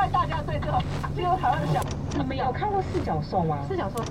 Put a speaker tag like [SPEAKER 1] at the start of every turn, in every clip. [SPEAKER 1] 最后最后台湾的小
[SPEAKER 2] 你们有看过四角兽吗？
[SPEAKER 1] 四角兽，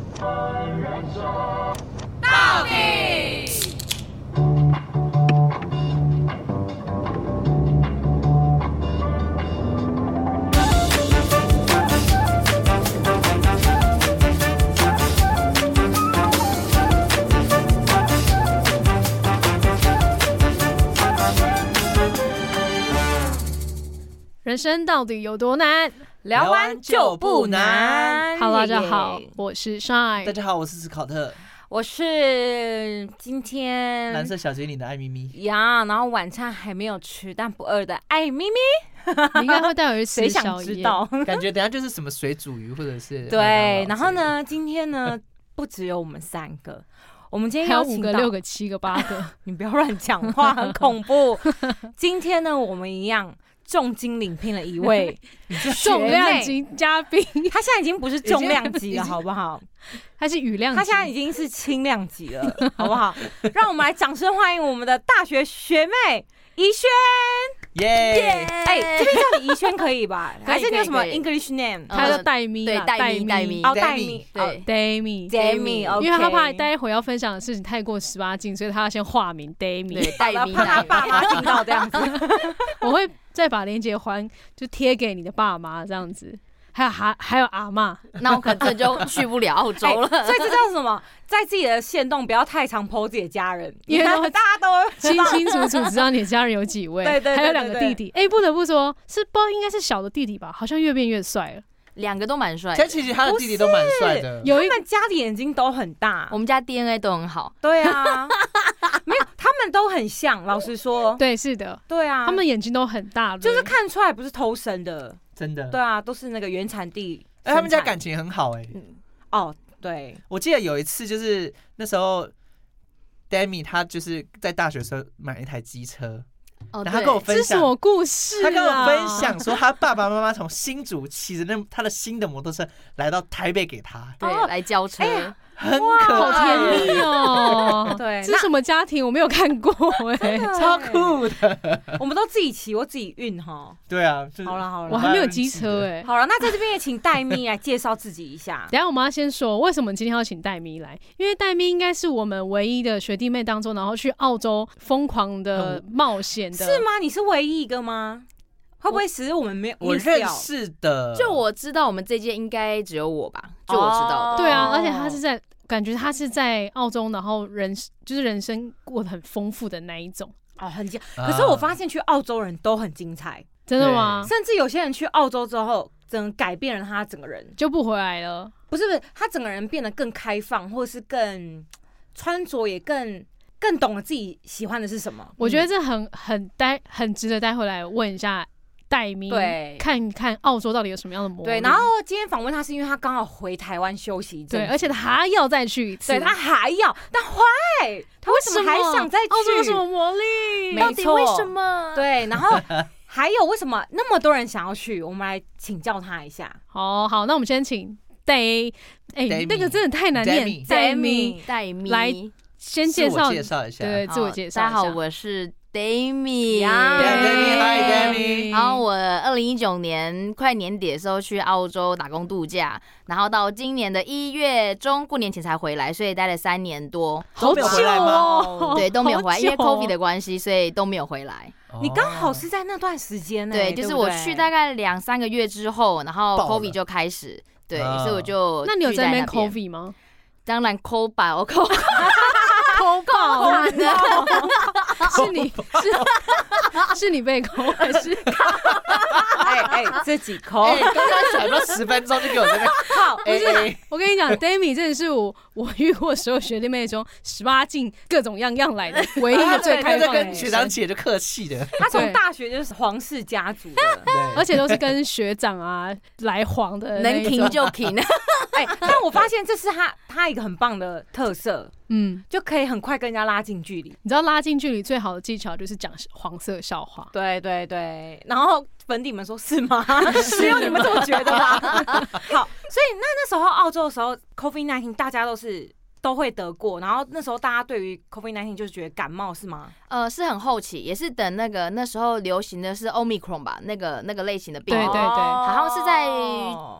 [SPEAKER 3] 人生到底有多难？
[SPEAKER 4] 聊完就不难。
[SPEAKER 3] Hello，大家
[SPEAKER 4] 耶
[SPEAKER 3] 好，我是 Shine
[SPEAKER 5] 大。家好，我是斯考特，
[SPEAKER 4] 我是今天
[SPEAKER 5] 蓝色小精灵的艾咪咪。
[SPEAKER 4] 呀，然后晚餐还没有吃但不饿的艾咪咪，
[SPEAKER 3] 你应该会带我去
[SPEAKER 4] 谁
[SPEAKER 3] 吃
[SPEAKER 4] 想
[SPEAKER 3] 宵
[SPEAKER 4] 知
[SPEAKER 3] 夜。
[SPEAKER 4] 道？
[SPEAKER 5] 感觉等下就是什么水煮鱼或者是
[SPEAKER 4] 对，
[SPEAKER 5] 麦
[SPEAKER 4] 然
[SPEAKER 5] 当
[SPEAKER 4] 后
[SPEAKER 5] 劳之类的？
[SPEAKER 4] 呢，今天呢不只有我们三个，我们今天
[SPEAKER 3] 还有
[SPEAKER 4] 邀
[SPEAKER 3] 五
[SPEAKER 4] 请
[SPEAKER 3] 个、
[SPEAKER 4] 到
[SPEAKER 3] 六个、七个、八个，
[SPEAKER 4] 你不要乱讲话，很恐怖。今天呢，我们一样重金领聘了 一位
[SPEAKER 3] 重量
[SPEAKER 4] 学妹，
[SPEAKER 3] 级嘉宾，
[SPEAKER 4] 他现在已经不是重量级
[SPEAKER 3] 已
[SPEAKER 4] 了，
[SPEAKER 3] 经
[SPEAKER 4] 好不好？
[SPEAKER 3] 他是雨量级。
[SPEAKER 4] 他现在已经是轻量级 了，好不好？让我们来掌声欢迎我们的大学学妹怡轩。
[SPEAKER 5] 耶！
[SPEAKER 4] 哎、这边叫你怡轩可以吧？
[SPEAKER 6] 可以
[SPEAKER 4] 还是你有什么
[SPEAKER 6] 可以可
[SPEAKER 4] English name？
[SPEAKER 6] 嗯
[SPEAKER 3] 他叫戴咪
[SPEAKER 6] 对
[SPEAKER 3] 啦，，
[SPEAKER 6] 戴咪戴咪
[SPEAKER 3] 咪，
[SPEAKER 4] 哦，
[SPEAKER 5] Demi
[SPEAKER 4] 带你
[SPEAKER 6] 对
[SPEAKER 3] d a m i
[SPEAKER 4] ，Jamie，
[SPEAKER 3] 因为他怕待会要分享的事情太过十八禁，所以他要先化名 d a m i
[SPEAKER 6] 对戴啊咪
[SPEAKER 4] 怕他
[SPEAKER 6] 戴
[SPEAKER 4] 爸妈听到这样子。
[SPEAKER 3] 我会再把链接还就贴给你的爸妈这样子，还有还还有阿嬷。
[SPEAKER 6] 那我可能就去不了澳洲了。
[SPEAKER 4] 哎所以这叫什么？在自己的线动不要太常 PO 自己的家人，
[SPEAKER 3] 因为
[SPEAKER 4] 大
[SPEAKER 3] 都会
[SPEAKER 4] 家都会知
[SPEAKER 3] 清
[SPEAKER 4] 道。
[SPEAKER 3] 清楚楚知道你的家人有几位，
[SPEAKER 4] 对对对
[SPEAKER 3] 还有两个弟弟。哎、不得不说，是不知道应该是小的弟弟吧，好像越变越帅了。
[SPEAKER 6] 两个都蛮帅的，
[SPEAKER 5] 但其实他的弟弟都蛮帅的，
[SPEAKER 3] 有一
[SPEAKER 4] 他们家的眼睛都很大
[SPEAKER 6] 我，们家 DNA 都很好。
[SPEAKER 4] 对啊，没有，他们都很像。老实说，
[SPEAKER 3] 对，是的，
[SPEAKER 4] 对啊，
[SPEAKER 3] 他们眼睛都很大，
[SPEAKER 4] 就是看出来不是偷生的，
[SPEAKER 5] 真的。
[SPEAKER 4] 对啊，都是那个原产地生产。
[SPEAKER 5] 哎，他们家感情很好哎。
[SPEAKER 4] 哦，对，
[SPEAKER 5] 我记得有一次就是那时候。Demi 他就是在大学时候买了一台机车，
[SPEAKER 6] 哦，
[SPEAKER 5] 然后他
[SPEAKER 6] 对
[SPEAKER 5] 跟我分
[SPEAKER 3] 这是什
[SPEAKER 5] 享，
[SPEAKER 3] 么故事、啊？
[SPEAKER 5] 他跟我分，享说他爸爸妈妈从新竹骑着那他的新的摩托车来到台北给他，
[SPEAKER 4] 哦
[SPEAKER 6] 对来交车
[SPEAKER 4] 哎，呀
[SPEAKER 5] 很可
[SPEAKER 3] 好
[SPEAKER 5] 爱，
[SPEAKER 3] 甜蜜哦、
[SPEAKER 4] 对
[SPEAKER 3] 这是什么家庭？我没有看过哎、
[SPEAKER 4] 啊
[SPEAKER 5] 超。酷的。
[SPEAKER 4] 我们都自己骑，我自己运哈。
[SPEAKER 5] 对啊，就是
[SPEAKER 4] 好了好
[SPEAKER 3] 我
[SPEAKER 4] 了
[SPEAKER 3] 还没有机车
[SPEAKER 5] 欸
[SPEAKER 3] 哎、
[SPEAKER 4] 好了，那在这边也请戴咪来介绍自己一 下。
[SPEAKER 3] 等一下我们要先说为什么今天要请戴咪来，因为戴咪应该是我们唯一的学弟妹当中，然后去澳洲疯狂的冒险的，
[SPEAKER 4] 是吗？你是唯一一个吗？会不会其实我们没有
[SPEAKER 5] 我
[SPEAKER 4] miss
[SPEAKER 5] 认
[SPEAKER 4] 掉
[SPEAKER 5] 识的，
[SPEAKER 6] 就我知道我们这届应该只有我吧，
[SPEAKER 4] 哦
[SPEAKER 6] 就我知道的。
[SPEAKER 3] 对啊，而且他是在感觉他是在澳洲，然后人就是人生过得很丰富的那一种，
[SPEAKER 4] 哦，很精。
[SPEAKER 5] 啊
[SPEAKER 4] 可是我发现去澳洲人都很精彩，
[SPEAKER 3] 真的吗？
[SPEAKER 4] 甚至有些人去澳洲之后，整个改变了他整个人，
[SPEAKER 3] 就不回来了，
[SPEAKER 4] 不是不是，他整个人变得更开放，或者是更穿着也更更懂得自己喜欢的是什么。
[SPEAKER 3] 我觉得这很很待很值得待回来问一下戴咪，
[SPEAKER 4] 对
[SPEAKER 3] 看看澳洲到底有什么样的魔力。
[SPEAKER 4] 对，然后今天访问他是因为他刚好回台湾休息一阵
[SPEAKER 3] 对，
[SPEAKER 4] 子，
[SPEAKER 3] 而且他还要再去一次，
[SPEAKER 4] 对他还要，但 why？他为什么还想再去？
[SPEAKER 3] 澳洲有什么魔力？
[SPEAKER 6] 嗯到底
[SPEAKER 4] 没错
[SPEAKER 6] 为什么？，
[SPEAKER 4] 对，然后还有为什么那么多人想要去？我们来请教他一下。
[SPEAKER 3] 好好，那我们先请 Day，哎、
[SPEAKER 5] Demi
[SPEAKER 3] 那个真的太难念
[SPEAKER 5] Demi
[SPEAKER 3] 戴咪
[SPEAKER 6] 戴咪
[SPEAKER 3] 来先
[SPEAKER 5] 自
[SPEAKER 3] 介
[SPEAKER 5] 我
[SPEAKER 3] 绍，
[SPEAKER 5] 介绍一下，
[SPEAKER 3] 对，自我介绍一
[SPEAKER 6] 哦大
[SPEAKER 3] 下。
[SPEAKER 6] 家好，我是 Dami
[SPEAKER 4] 呀
[SPEAKER 5] 对
[SPEAKER 4] Demi，
[SPEAKER 5] 嗨
[SPEAKER 3] Demi
[SPEAKER 6] 然后我二零一九年快年底的时候去澳洲打工度假，然后到今年的一月中过年前才回来，所以待了三年多，
[SPEAKER 3] 好
[SPEAKER 5] 都没
[SPEAKER 3] 久
[SPEAKER 5] 有回来吗
[SPEAKER 3] 哦，
[SPEAKER 6] 对，都没有
[SPEAKER 3] 好
[SPEAKER 6] 回来，因为
[SPEAKER 3] 久哦
[SPEAKER 6] COVID 的关系，所以都没有回来。
[SPEAKER 5] 哦
[SPEAKER 4] 你刚好是在那段时间呢、
[SPEAKER 6] 对，就是我去大
[SPEAKER 4] 概
[SPEAKER 6] 概两三个月之后，然后
[SPEAKER 5] 爆了
[SPEAKER 6] COVID 就开始，对，
[SPEAKER 5] 啊
[SPEAKER 6] 所以我就
[SPEAKER 3] 那你有
[SPEAKER 6] 聚
[SPEAKER 3] 在
[SPEAKER 6] 在
[SPEAKER 3] 哦那边
[SPEAKER 6] 边
[SPEAKER 3] COVID 吗？
[SPEAKER 6] 当然 COVID 吧，我 COVID。抠爆的，
[SPEAKER 3] 是你是是 你被抠还是？
[SPEAKER 4] 哎哎，这几口、
[SPEAKER 3] 哦
[SPEAKER 5] 哎，刚刚甩不到十分钟就给我这边
[SPEAKER 4] 好，
[SPEAKER 5] 哎哎，
[SPEAKER 3] 我跟你 讲 d a m i 真的是我我遇过所有学弟妹中十八禁各种样样来的唯一的最开
[SPEAKER 5] 他在
[SPEAKER 3] 放的
[SPEAKER 5] 跟
[SPEAKER 3] 女
[SPEAKER 5] 学
[SPEAKER 3] 生，
[SPEAKER 5] 长姐就客气的，，
[SPEAKER 4] 他
[SPEAKER 3] 对
[SPEAKER 4] 从大学就是皇室家族的
[SPEAKER 5] 对，
[SPEAKER 3] 而且都是跟学长啊来黄的那
[SPEAKER 6] 能
[SPEAKER 3] 一种，
[SPEAKER 6] 停就停。
[SPEAKER 4] 哎、但我发现这是他他一个很棒的特色，
[SPEAKER 3] 嗯。
[SPEAKER 4] 就可以很快跟人家拉近距离。
[SPEAKER 3] 你知道拉近距离最好的技巧就是讲黄色笑 话，
[SPEAKER 4] 对对对，然后粉底们说是 吗？只有你们这么觉得吗？好，所以那那时候澳洲的时候，COVID nineteen 大家都是都会得过。然后那时候大家对于 COVID nineteen 就是觉得感冒是吗？
[SPEAKER 6] 呃，是很后期，也是等那个那时候流行的是 Omicron 吧，那个那个类型的病
[SPEAKER 3] 对
[SPEAKER 6] 毒。
[SPEAKER 3] 对
[SPEAKER 4] 哦
[SPEAKER 6] 好像是在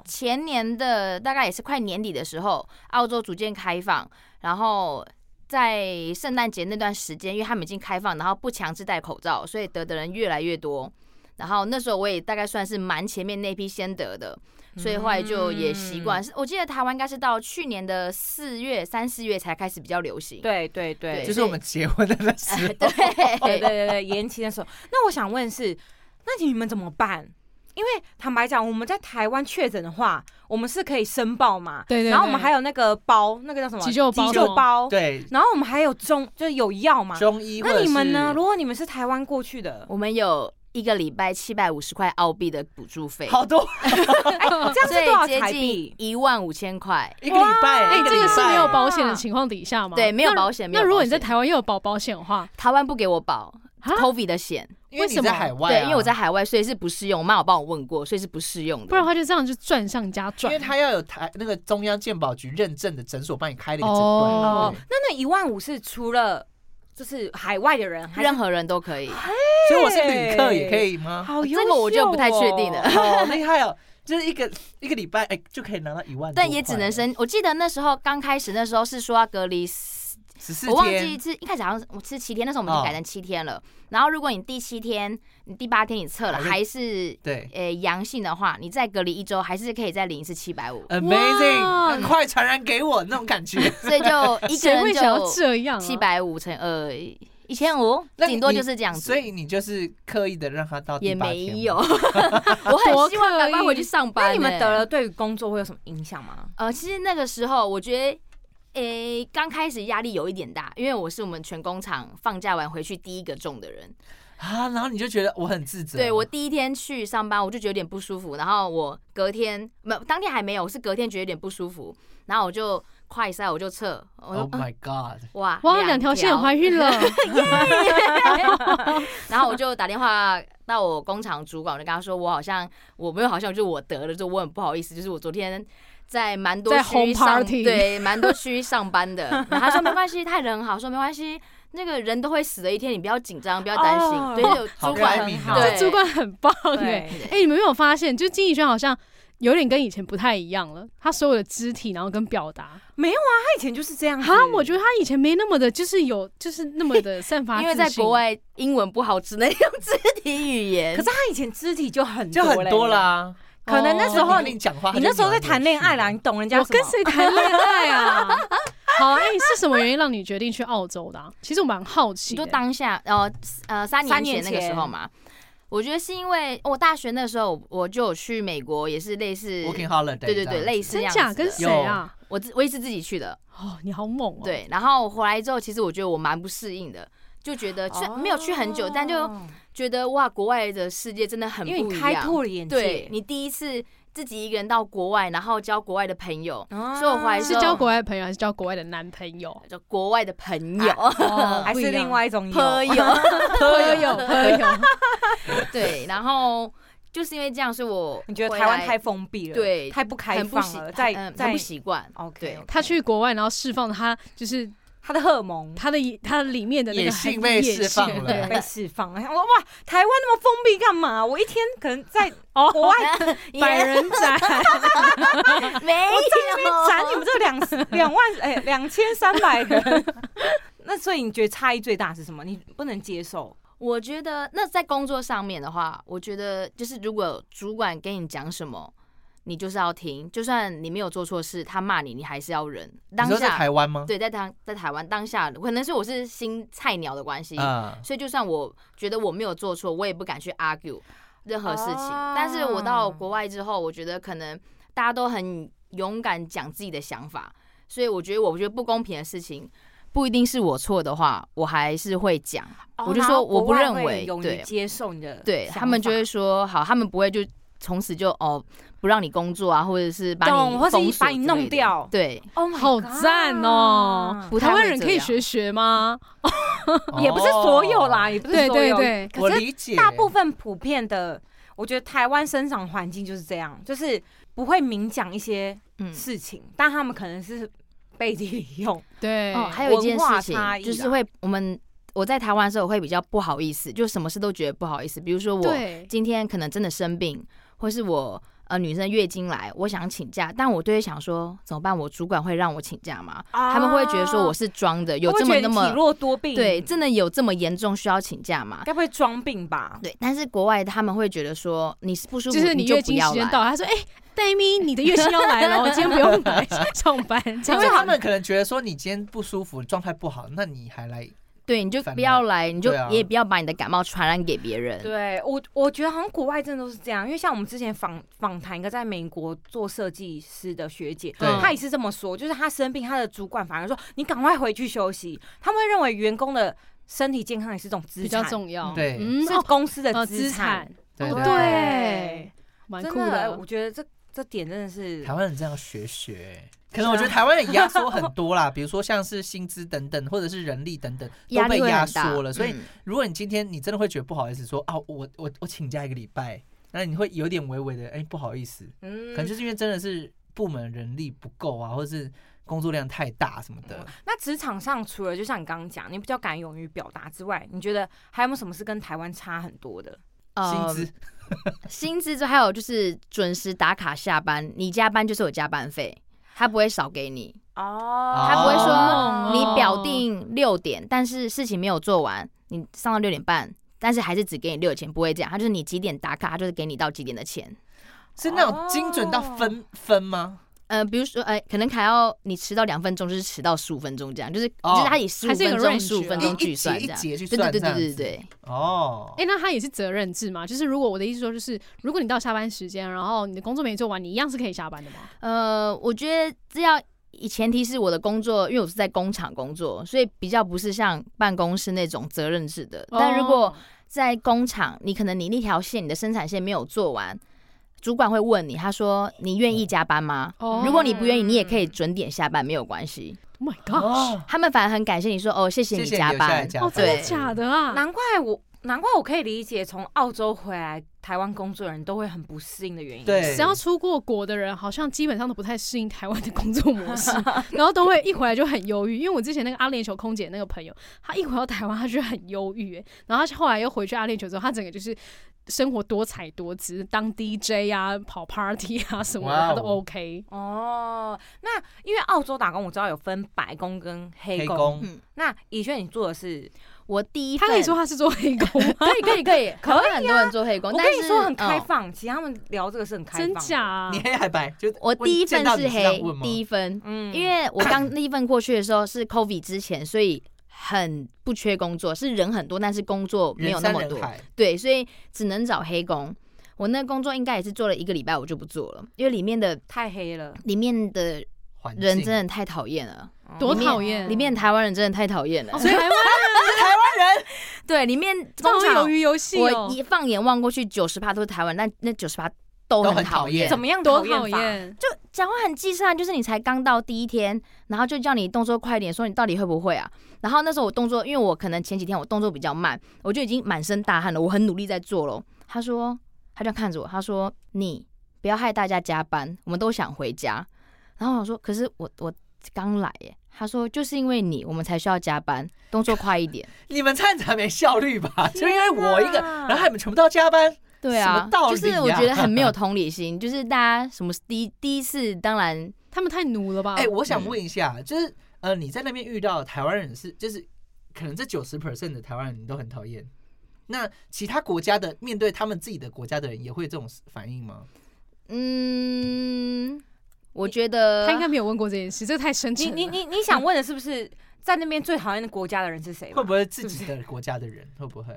[SPEAKER 6] 前年的大概也是快年底的时候，澳洲逐渐开放，然后在圣诞节那段时间，因为他们已经开放，然后不强制戴口罩，所以得的人越来越多。然后那时候我也大概算是蛮前面那批先得的，所以后来就也习惯。是我记得台湾应该是到去年的四月、三四月才开始比较流行。
[SPEAKER 4] 对对对
[SPEAKER 6] 对
[SPEAKER 5] 就是我们结婚的那时
[SPEAKER 6] 呃，
[SPEAKER 5] 候，
[SPEAKER 4] 对对
[SPEAKER 6] 对，
[SPEAKER 4] 对对，延期的时候。那我想问是，那你们怎么办？因为坦白讲，我们在台湾确诊的话，我们是可以申报嘛。
[SPEAKER 3] 对对
[SPEAKER 4] 然后我
[SPEAKER 3] 对
[SPEAKER 4] 们还有那个包，那个叫什么？
[SPEAKER 3] 急救包
[SPEAKER 4] 急救
[SPEAKER 3] 吗
[SPEAKER 4] 包。
[SPEAKER 5] 对
[SPEAKER 4] 然后我们还有中，就是有药嘛。
[SPEAKER 5] 中医或者
[SPEAKER 4] 那
[SPEAKER 5] 是。
[SPEAKER 4] 你们呢？如果你们是台湾过去的，
[SPEAKER 6] 我们有一个礼拜七百五十块澳币的补助费，
[SPEAKER 5] 好多
[SPEAKER 4] 哎，这样
[SPEAKER 6] 所
[SPEAKER 4] 是
[SPEAKER 6] 以
[SPEAKER 4] 多少
[SPEAKER 6] 接
[SPEAKER 4] 台
[SPEAKER 6] 近
[SPEAKER 4] 币？
[SPEAKER 6] 一万五千块。
[SPEAKER 5] 一个礼拜，
[SPEAKER 3] 哎、
[SPEAKER 5] 一
[SPEAKER 3] 这个
[SPEAKER 5] 礼
[SPEAKER 3] 是
[SPEAKER 5] 拜
[SPEAKER 3] 没有保险的情况底下吗？
[SPEAKER 6] 对没有
[SPEAKER 3] 那
[SPEAKER 6] 保险没
[SPEAKER 3] 那
[SPEAKER 6] 有
[SPEAKER 3] 如果
[SPEAKER 6] 保
[SPEAKER 3] 你在
[SPEAKER 6] 险
[SPEAKER 3] 台湾又有保保险的话，
[SPEAKER 6] 台湾不给我保
[SPEAKER 3] 啊
[SPEAKER 6] COVID 的险，
[SPEAKER 5] 因为
[SPEAKER 3] 为
[SPEAKER 5] 你
[SPEAKER 3] 什
[SPEAKER 5] 在
[SPEAKER 3] 么
[SPEAKER 5] 海外、啊，
[SPEAKER 6] 对，因为我在，海外，所以是不适用。我妈有帮我问过，所以是不适用的。
[SPEAKER 3] 不然的话就这样就赚上加
[SPEAKER 5] 因
[SPEAKER 3] 赚
[SPEAKER 5] 为。他要有台那个中央健保局认证的诊所帮你开了一个诊断。
[SPEAKER 3] 哦
[SPEAKER 5] 对
[SPEAKER 4] 那那一万五是除了就是海外的人，还是
[SPEAKER 6] 任何人都可以，
[SPEAKER 3] 啊
[SPEAKER 5] 所以我是旅客也可以吗？
[SPEAKER 4] 好优秀、哦，
[SPEAKER 6] 这个我就不太确定了
[SPEAKER 5] 好厉害哦！就是一个一个礼拜，哎、就可以拿到一万多块，
[SPEAKER 6] 但也只能申。我记得那时候刚开始，那时候是说要隔离四，
[SPEAKER 5] 十四
[SPEAKER 6] 我忘记
[SPEAKER 5] 天。
[SPEAKER 6] 是一开始好像是我是七天，那时候我们已经
[SPEAKER 5] 哦
[SPEAKER 6] 改成七天了。然后如果你第七天、你第八天你测了
[SPEAKER 5] 还
[SPEAKER 6] 还是
[SPEAKER 5] 对
[SPEAKER 6] 呃阳性的话，你再隔离一周，还是可以再领一次七百五。
[SPEAKER 5] Amazing！
[SPEAKER 3] 哇
[SPEAKER 5] 那快传染给我那种感觉。
[SPEAKER 6] 所以就一个
[SPEAKER 3] 谁
[SPEAKER 6] 人
[SPEAKER 3] 会想要
[SPEAKER 6] 就
[SPEAKER 3] 这样、啊？
[SPEAKER 6] 七百五乘二，一千五，
[SPEAKER 5] 那
[SPEAKER 6] 哦顶多
[SPEAKER 5] 你
[SPEAKER 6] 就是这样子。
[SPEAKER 5] 所以你就是刻意的让他呃到第
[SPEAKER 6] 也
[SPEAKER 5] 八天
[SPEAKER 6] 没
[SPEAKER 5] 吗
[SPEAKER 6] 有，， 我很希望赶快回去上班、欸
[SPEAKER 4] 那你们得？了，对于工作会有什么影响 吗？
[SPEAKER 6] 呃，其实那个时候我觉得。诶，刚开始压力有一点大，因为我是我们全工厂放假完回去第一个中的人。
[SPEAKER 5] 啊，然后你就觉得我很自责。
[SPEAKER 6] 对我第一天去上班，我就觉得有点不舒服，然后我隔天没有当天还没有，我是隔天觉得有点不舒服，然后我就快筛，我就测，我就、
[SPEAKER 5] ，Oh my God！
[SPEAKER 6] 哇
[SPEAKER 3] 哇，两条
[SPEAKER 6] 条
[SPEAKER 3] 线怀孕了，
[SPEAKER 6] 然后我就打电话到我工厂主管，我就跟他说，我好像我没有好像，就是我得了，就我很不好意思，就是我昨天在蛮多
[SPEAKER 3] 在
[SPEAKER 6] 区
[SPEAKER 3] 轰
[SPEAKER 6] 上
[SPEAKER 3] party
[SPEAKER 6] 对蛮多区上班的。然后他说没关系，他人很好，说没关系，那个人都会死的一天，你不要紧张，不要担心。
[SPEAKER 4] 哦
[SPEAKER 6] 对，就有
[SPEAKER 5] 好
[SPEAKER 6] 主
[SPEAKER 5] 开
[SPEAKER 6] 管
[SPEAKER 5] 明
[SPEAKER 4] 好
[SPEAKER 5] 哦
[SPEAKER 6] 对
[SPEAKER 3] 这 主管很棒哎、
[SPEAKER 4] 对，
[SPEAKER 3] 哎、你们有没有发现，就金逸轩好像有点跟以前不太一样了？他所有的肢体，然后跟表达，
[SPEAKER 4] 没有啊，他以前就是这样子。
[SPEAKER 3] 哈，我觉得他以前没那么的，就是有，就是那么的散发自
[SPEAKER 6] 因
[SPEAKER 3] 信。
[SPEAKER 6] 为在国，外英文不好，只能 用肢体语言。
[SPEAKER 4] 可是他以前肢体就很
[SPEAKER 5] 就很多
[SPEAKER 4] 多嘞，
[SPEAKER 5] 啦。
[SPEAKER 4] 可能那时
[SPEAKER 5] 然后
[SPEAKER 6] 哦
[SPEAKER 4] 候
[SPEAKER 5] 你
[SPEAKER 4] 你
[SPEAKER 5] 讲话，
[SPEAKER 4] 你那时候在谈恋爱啦，你懂人家
[SPEAKER 3] 我
[SPEAKER 4] 什么
[SPEAKER 3] 跟谁谈恋爱啊？好啊，哎、是什么原因让你决定去澳洲的、啊？其实我蛮好奇
[SPEAKER 6] 你
[SPEAKER 3] 的、
[SPEAKER 6] 就当下，呃呃，三
[SPEAKER 4] 三
[SPEAKER 6] 年
[SPEAKER 4] 年
[SPEAKER 6] 前那个时
[SPEAKER 4] 前
[SPEAKER 6] 候嘛。我觉得是因为哦我大学那时候，我就有去美国，也是类似
[SPEAKER 5] working holiday，
[SPEAKER 6] 对对
[SPEAKER 5] 这样
[SPEAKER 6] 对，
[SPEAKER 5] 子
[SPEAKER 6] 类似这
[SPEAKER 3] 真
[SPEAKER 6] 样
[SPEAKER 3] 假
[SPEAKER 6] 子
[SPEAKER 3] 跟
[SPEAKER 6] 的。
[SPEAKER 3] 谁啊？
[SPEAKER 6] 我自我也是自己去的，
[SPEAKER 3] 哦，你好猛哦！，
[SPEAKER 6] 对。然后回来之后，其实我觉得我蛮不适应的，就觉得虽没有去很久，但就觉得哇，国外的世界真的很不
[SPEAKER 4] 哦因为你
[SPEAKER 6] 一
[SPEAKER 4] 开
[SPEAKER 6] 样。
[SPEAKER 4] 拓了眼界，
[SPEAKER 6] 对你第一次自己一个人到国外，然后交国外的朋友，
[SPEAKER 4] 啊
[SPEAKER 6] 所以我怀疑
[SPEAKER 3] 是交国外的朋友还是交国外的男朋友？
[SPEAKER 6] 就国外的朋友，
[SPEAKER 3] 哦
[SPEAKER 4] 还是另外一种
[SPEAKER 6] 朋
[SPEAKER 4] 啊友。
[SPEAKER 6] 友，
[SPEAKER 3] 朋友朋友，
[SPEAKER 6] 对。然后就是因为这样，所以我
[SPEAKER 4] 你觉得
[SPEAKER 6] 回
[SPEAKER 4] 台湾
[SPEAKER 6] 来
[SPEAKER 4] 太封闭了，
[SPEAKER 6] 对
[SPEAKER 4] 太不开
[SPEAKER 6] 很不
[SPEAKER 4] 放
[SPEAKER 6] 习
[SPEAKER 4] 了，在
[SPEAKER 6] 嗯
[SPEAKER 4] 在
[SPEAKER 6] 很不习惯。
[SPEAKER 4] OK，
[SPEAKER 6] 对
[SPEAKER 3] 他去国外，然后释放他就是
[SPEAKER 4] 他的荷尔蒙
[SPEAKER 3] 他的他里面的那
[SPEAKER 5] 野
[SPEAKER 3] 个
[SPEAKER 5] 性
[SPEAKER 3] 很
[SPEAKER 5] 被
[SPEAKER 3] 野
[SPEAKER 5] 释
[SPEAKER 3] 性
[SPEAKER 5] 放了
[SPEAKER 3] 对，
[SPEAKER 4] 被释放了，我说哇，台湾那么封闭干嘛？我一天可能在国外
[SPEAKER 3] 哦
[SPEAKER 6] 也
[SPEAKER 3] 百人斩，
[SPEAKER 6] 没有
[SPEAKER 4] 斩你们这两两万哎两千三百人。 那所以你觉得差异最大是什么？你不能接受
[SPEAKER 6] 我觉得那在工作上面的话，我觉得就是如果主管跟你讲什么，你就是要听，就算你没有做错事，他骂你，你还是要忍。
[SPEAKER 5] 你
[SPEAKER 6] 当
[SPEAKER 5] 说在
[SPEAKER 6] 下
[SPEAKER 5] 台湾吗？
[SPEAKER 6] 对，在当在台湾当下，可能是我是新菜鸟的关系，
[SPEAKER 5] 啊，
[SPEAKER 6] 所以就算我觉得我没有做错，我也不敢去 argue 任何事情。
[SPEAKER 4] 哦
[SPEAKER 6] 但是我到国外之后，我觉得可能大家都很勇敢讲自己的想法，所以我觉得我觉得不公平的事情。不一定是我错的话，我还是会讲。我就说我不认为，
[SPEAKER 4] 勇于
[SPEAKER 6] 对
[SPEAKER 4] 接受你的想法，
[SPEAKER 6] 对他们就会说好，他们不会就从此就哦不让你工作啊，或者是把你
[SPEAKER 4] 懂，或是
[SPEAKER 6] 封锁
[SPEAKER 4] 把你
[SPEAKER 6] 之
[SPEAKER 4] 弄
[SPEAKER 6] 类的。
[SPEAKER 4] 掉。
[SPEAKER 6] 对，
[SPEAKER 4] 哦，
[SPEAKER 3] 好赞哦！
[SPEAKER 6] 不太
[SPEAKER 3] 台湾
[SPEAKER 6] 会
[SPEAKER 3] 人
[SPEAKER 6] 这
[SPEAKER 3] 可以
[SPEAKER 6] 样
[SPEAKER 3] 学学吗？
[SPEAKER 4] 也不是所有啦，也不是
[SPEAKER 3] 对
[SPEAKER 4] 所
[SPEAKER 3] 哦对
[SPEAKER 4] 有，
[SPEAKER 3] 对，
[SPEAKER 5] 哦我
[SPEAKER 4] 可是
[SPEAKER 5] 理解
[SPEAKER 4] 大部分普遍的，我觉得台湾生长环境就是这样，就是不会明讲一些
[SPEAKER 6] 嗯，
[SPEAKER 4] 事情，但他们可能是背地里用。
[SPEAKER 3] 对，
[SPEAKER 6] 哦，还有一件
[SPEAKER 4] 欸文化
[SPEAKER 6] 事情
[SPEAKER 4] 差异啊
[SPEAKER 6] 就是
[SPEAKER 4] 啦
[SPEAKER 6] 会我们我在台湾的时候我会比较不好意思，就什么事都觉得不好意思。比如说我
[SPEAKER 3] 对
[SPEAKER 6] 今天可能真的生病，或是我呃女生月经来，我想请假，但我就会想说怎么办？我主管会让我请假吗？他们会觉得说我是装的，有
[SPEAKER 4] 啊会
[SPEAKER 6] 这
[SPEAKER 4] 觉
[SPEAKER 6] 么
[SPEAKER 4] 得
[SPEAKER 6] 那
[SPEAKER 4] 你
[SPEAKER 6] 么
[SPEAKER 4] 体弱多病，
[SPEAKER 6] 对，真的有这么严重需要请假吗？
[SPEAKER 4] 该不会装病吧？
[SPEAKER 6] 对，但是国外他们会觉得说你是不舒服，
[SPEAKER 3] 就是
[SPEAKER 6] 你
[SPEAKER 3] 月
[SPEAKER 6] 不
[SPEAKER 3] 经
[SPEAKER 6] 要
[SPEAKER 3] 时间
[SPEAKER 6] 来
[SPEAKER 3] 到，了，他说：“哎、戴咪，你的月经要来了，我今天不用来上班。”这样
[SPEAKER 5] 因为
[SPEAKER 3] 子
[SPEAKER 5] 他们可能觉得说你今天不舒服，状态不好，那你还来
[SPEAKER 6] 对，你就
[SPEAKER 5] 反
[SPEAKER 6] 不要
[SPEAKER 5] 而
[SPEAKER 6] 来，你就
[SPEAKER 5] 对啊
[SPEAKER 6] 也不要把你的感冒传染给别人。
[SPEAKER 4] 对我，我觉得好像国外真的都是这样，因为像我们之前访访谈一个在美国做设计师的学姐，
[SPEAKER 5] 对
[SPEAKER 4] 她也是这么说，就是她生病，她的主管反而说你赶快回去休息，他们会认为员工的身体健康也是一种资
[SPEAKER 3] 比
[SPEAKER 4] 产，
[SPEAKER 3] 较重要。
[SPEAKER 5] 对
[SPEAKER 3] 嗯，
[SPEAKER 4] 是
[SPEAKER 3] 哦，
[SPEAKER 4] 公司的
[SPEAKER 3] 呃
[SPEAKER 4] 资
[SPEAKER 3] 资
[SPEAKER 4] 产
[SPEAKER 3] 产。，
[SPEAKER 5] 对
[SPEAKER 3] 哦
[SPEAKER 5] 对
[SPEAKER 3] 对
[SPEAKER 4] 真
[SPEAKER 3] 蛮
[SPEAKER 4] 的哎
[SPEAKER 3] 酷的啊
[SPEAKER 4] 我。觉得这这点真的是
[SPEAKER 5] 台湾人这样学学。
[SPEAKER 6] 啊
[SPEAKER 5] 可能我觉得台湾人压缩很多啦， 比如说像是薪资等等，或者是人力等等都
[SPEAKER 6] 压
[SPEAKER 5] 被
[SPEAKER 6] 力会
[SPEAKER 5] 压
[SPEAKER 6] 很大
[SPEAKER 5] 缩了。所以
[SPEAKER 6] 嗯
[SPEAKER 5] 如果你今天你真的会觉得不好意思说啊，我我我请假一个礼拜，那你会有点微微的哎、不好意思，
[SPEAKER 4] 嗯
[SPEAKER 5] 可能就是因为真的是部门人力不够啊，或者是工作量太大什么的。
[SPEAKER 4] 那职场上除了就像你刚刚讲，你比较敢勇于表达之外，你觉得还有没有什么是跟台湾差很多的？
[SPEAKER 5] 薪
[SPEAKER 6] 呃
[SPEAKER 5] 资
[SPEAKER 6] 薪资就还有就是准时打卡下班，你加班就是有加班费，他不会少给你。
[SPEAKER 4] 哦
[SPEAKER 5] 他不会说
[SPEAKER 3] 哦
[SPEAKER 6] 你表定六点，但是事情没有做完，你上到六点半，但是还是只给你六钱，不会这样。他就是你几点打卡，他就是给你到几点的钱。
[SPEAKER 5] 是那种精准
[SPEAKER 6] 哦
[SPEAKER 5] 到分分吗？
[SPEAKER 6] 呃，比如说，呃，可能还要你迟到两分钟，就是迟到十五分钟这样，就是、
[SPEAKER 5] 哦
[SPEAKER 6] 就是他以十五
[SPEAKER 3] 还是有
[SPEAKER 6] 分
[SPEAKER 3] 个
[SPEAKER 6] 钟、
[SPEAKER 3] range
[SPEAKER 6] 十
[SPEAKER 3] 啊
[SPEAKER 6] 五分
[SPEAKER 5] 一
[SPEAKER 6] 钟
[SPEAKER 5] 一
[SPEAKER 6] 计
[SPEAKER 5] 节
[SPEAKER 6] 算
[SPEAKER 5] 一
[SPEAKER 6] 这样。
[SPEAKER 5] 节去
[SPEAKER 6] 对
[SPEAKER 5] 算
[SPEAKER 6] 对
[SPEAKER 5] 这
[SPEAKER 6] 对对
[SPEAKER 5] 样
[SPEAKER 6] 对
[SPEAKER 5] 子。
[SPEAKER 6] 对，
[SPEAKER 5] 哦，
[SPEAKER 3] 哎、那他也是责任制嘛？就是如果我的意思说，就是如果你到下班时间，然后你的工作没做完，你一样是可以下班的嘛？
[SPEAKER 6] 呃，我觉得这要以前提是我的工作，因为我是在工厂工作，所以比较不是像办公室那种责任制的。但如果
[SPEAKER 3] 哦
[SPEAKER 6] 在工厂，你可能你那条线，你的生产线没有做完，主管会问你，他说你愿意加班吗？
[SPEAKER 3] 哦
[SPEAKER 6] 如果你不愿意，你也可以准点下班，没有关系。
[SPEAKER 3] Oh my god！
[SPEAKER 5] 哦，
[SPEAKER 6] 他们反而很感谢你说哦，谢谢
[SPEAKER 5] 谢
[SPEAKER 6] 你
[SPEAKER 5] 谢
[SPEAKER 6] 加
[SPEAKER 5] 你留下来
[SPEAKER 6] 班。
[SPEAKER 5] 加
[SPEAKER 3] 哦，
[SPEAKER 5] 班，
[SPEAKER 3] 真的
[SPEAKER 6] 对
[SPEAKER 3] 假的啊？
[SPEAKER 4] 难怪我，难怪我可以理解从澳洲回来台湾工作的人都会很不适应的原因。
[SPEAKER 5] 对
[SPEAKER 3] 只要出过国的人，好像基本上都不太适应台湾的工作模式，然后都会一回来就很忧郁。因为我之前那个阿联酋空姐那个朋友，她一回到台湾，她就很忧郁，欸然后她后来又回去阿联酋之后，她整个就是生活多彩多姿，当 DJ 啊，跑 party 啊什么的，
[SPEAKER 5] 哇哦
[SPEAKER 3] 她都 OK。
[SPEAKER 4] 哦，那因为澳洲打工我知道有分白工跟黑
[SPEAKER 5] 黑
[SPEAKER 4] 工，
[SPEAKER 5] 工
[SPEAKER 6] 嗯，
[SPEAKER 4] 那以轩你做的是，
[SPEAKER 6] 我第一
[SPEAKER 3] 她
[SPEAKER 6] 份？
[SPEAKER 3] 可以说她是做黑工吗
[SPEAKER 6] 可 以可以可以，可以很多人做黑工，
[SPEAKER 4] 我
[SPEAKER 6] 哦但
[SPEAKER 4] 跟你
[SPEAKER 6] 是
[SPEAKER 4] 说很开。
[SPEAKER 6] 嗯
[SPEAKER 4] 放，其实他们聊这个是很开放
[SPEAKER 3] 真
[SPEAKER 4] 的，
[SPEAKER 3] 假啊
[SPEAKER 5] 你？黑还白？就
[SPEAKER 6] 我第一份
[SPEAKER 5] 见到你
[SPEAKER 6] 是
[SPEAKER 5] 这样
[SPEAKER 6] 黑
[SPEAKER 5] 问，吗
[SPEAKER 6] 第一分
[SPEAKER 4] 嗯
[SPEAKER 6] 因为我刚那一份过去的时候是 COVID 之前，所以很不缺工作，是人很多，但是工作没有
[SPEAKER 5] 人
[SPEAKER 6] 那
[SPEAKER 5] 山
[SPEAKER 6] 么
[SPEAKER 5] 人
[SPEAKER 6] 多，
[SPEAKER 5] 海
[SPEAKER 6] 对，所以只能找黑工。我那个工作应该也是做了一个礼拜，我就不做了，因为里面的
[SPEAKER 4] 太黑了，
[SPEAKER 6] 里面的
[SPEAKER 5] 环
[SPEAKER 6] 人
[SPEAKER 5] 境
[SPEAKER 6] 真的太讨厌了，
[SPEAKER 3] 多
[SPEAKER 4] 嗯
[SPEAKER 3] 讨厌
[SPEAKER 6] 里面台湾人真的太讨厌了。
[SPEAKER 3] 哦台湾
[SPEAKER 6] 对，里面
[SPEAKER 3] 这
[SPEAKER 6] 工
[SPEAKER 3] 种
[SPEAKER 6] 厂
[SPEAKER 3] 鱿，鱼游戏
[SPEAKER 6] 我
[SPEAKER 3] 哦，
[SPEAKER 6] 一放眼望过去，九十趴都是台湾，但那九十趴
[SPEAKER 5] 都
[SPEAKER 6] 都很
[SPEAKER 5] 很
[SPEAKER 6] 讨
[SPEAKER 5] 讨厌
[SPEAKER 6] 厌
[SPEAKER 4] 怎。么样
[SPEAKER 3] 多
[SPEAKER 4] 讨
[SPEAKER 3] 讨
[SPEAKER 4] 厌法？
[SPEAKER 3] 厌！
[SPEAKER 6] 就讲话很计算，就是你才刚到第一天，然后就叫你动作快一点，说你到底会不会啊？然后那时候我动作，因为我可能前几天我动作比较慢，我就已经满身大汗了，我很努力在做咯。他说，他就看着我，他说你不要害大家加班，我们都想回家。然后我说，可是我我刚来耶。他说就是因为你，我们才需要加班，动作快一点。
[SPEAKER 5] 你们这样子还没效率吧？就因为我一个，
[SPEAKER 4] 哪
[SPEAKER 5] 然后你们全部都要加班，
[SPEAKER 6] 对
[SPEAKER 5] 什
[SPEAKER 6] 啊
[SPEAKER 5] 么，道理
[SPEAKER 6] 就
[SPEAKER 5] 啊
[SPEAKER 6] 是我觉得很没有同理 心，就是大家什么第一第一次，当然
[SPEAKER 3] 他们太奴了吧？
[SPEAKER 6] 哦
[SPEAKER 5] 哎、
[SPEAKER 3] 嗯
[SPEAKER 5] 我
[SPEAKER 6] 嗯
[SPEAKER 5] 想问一下，就是呃，你在那边遇到的台湾人是，就是可能这九十 percent 的台湾人你都很讨厌，那其他国家的面对他们自己的国家的人也会有这种反应吗？
[SPEAKER 6] 嗯，我觉得
[SPEAKER 3] 他应该没有问过这件事，这太深
[SPEAKER 4] 你
[SPEAKER 3] 沉了。
[SPEAKER 4] 你你你想问的是不是在那边最讨厌的国家的人是谁吧？
[SPEAKER 5] 会不会自己的国家的人会不会？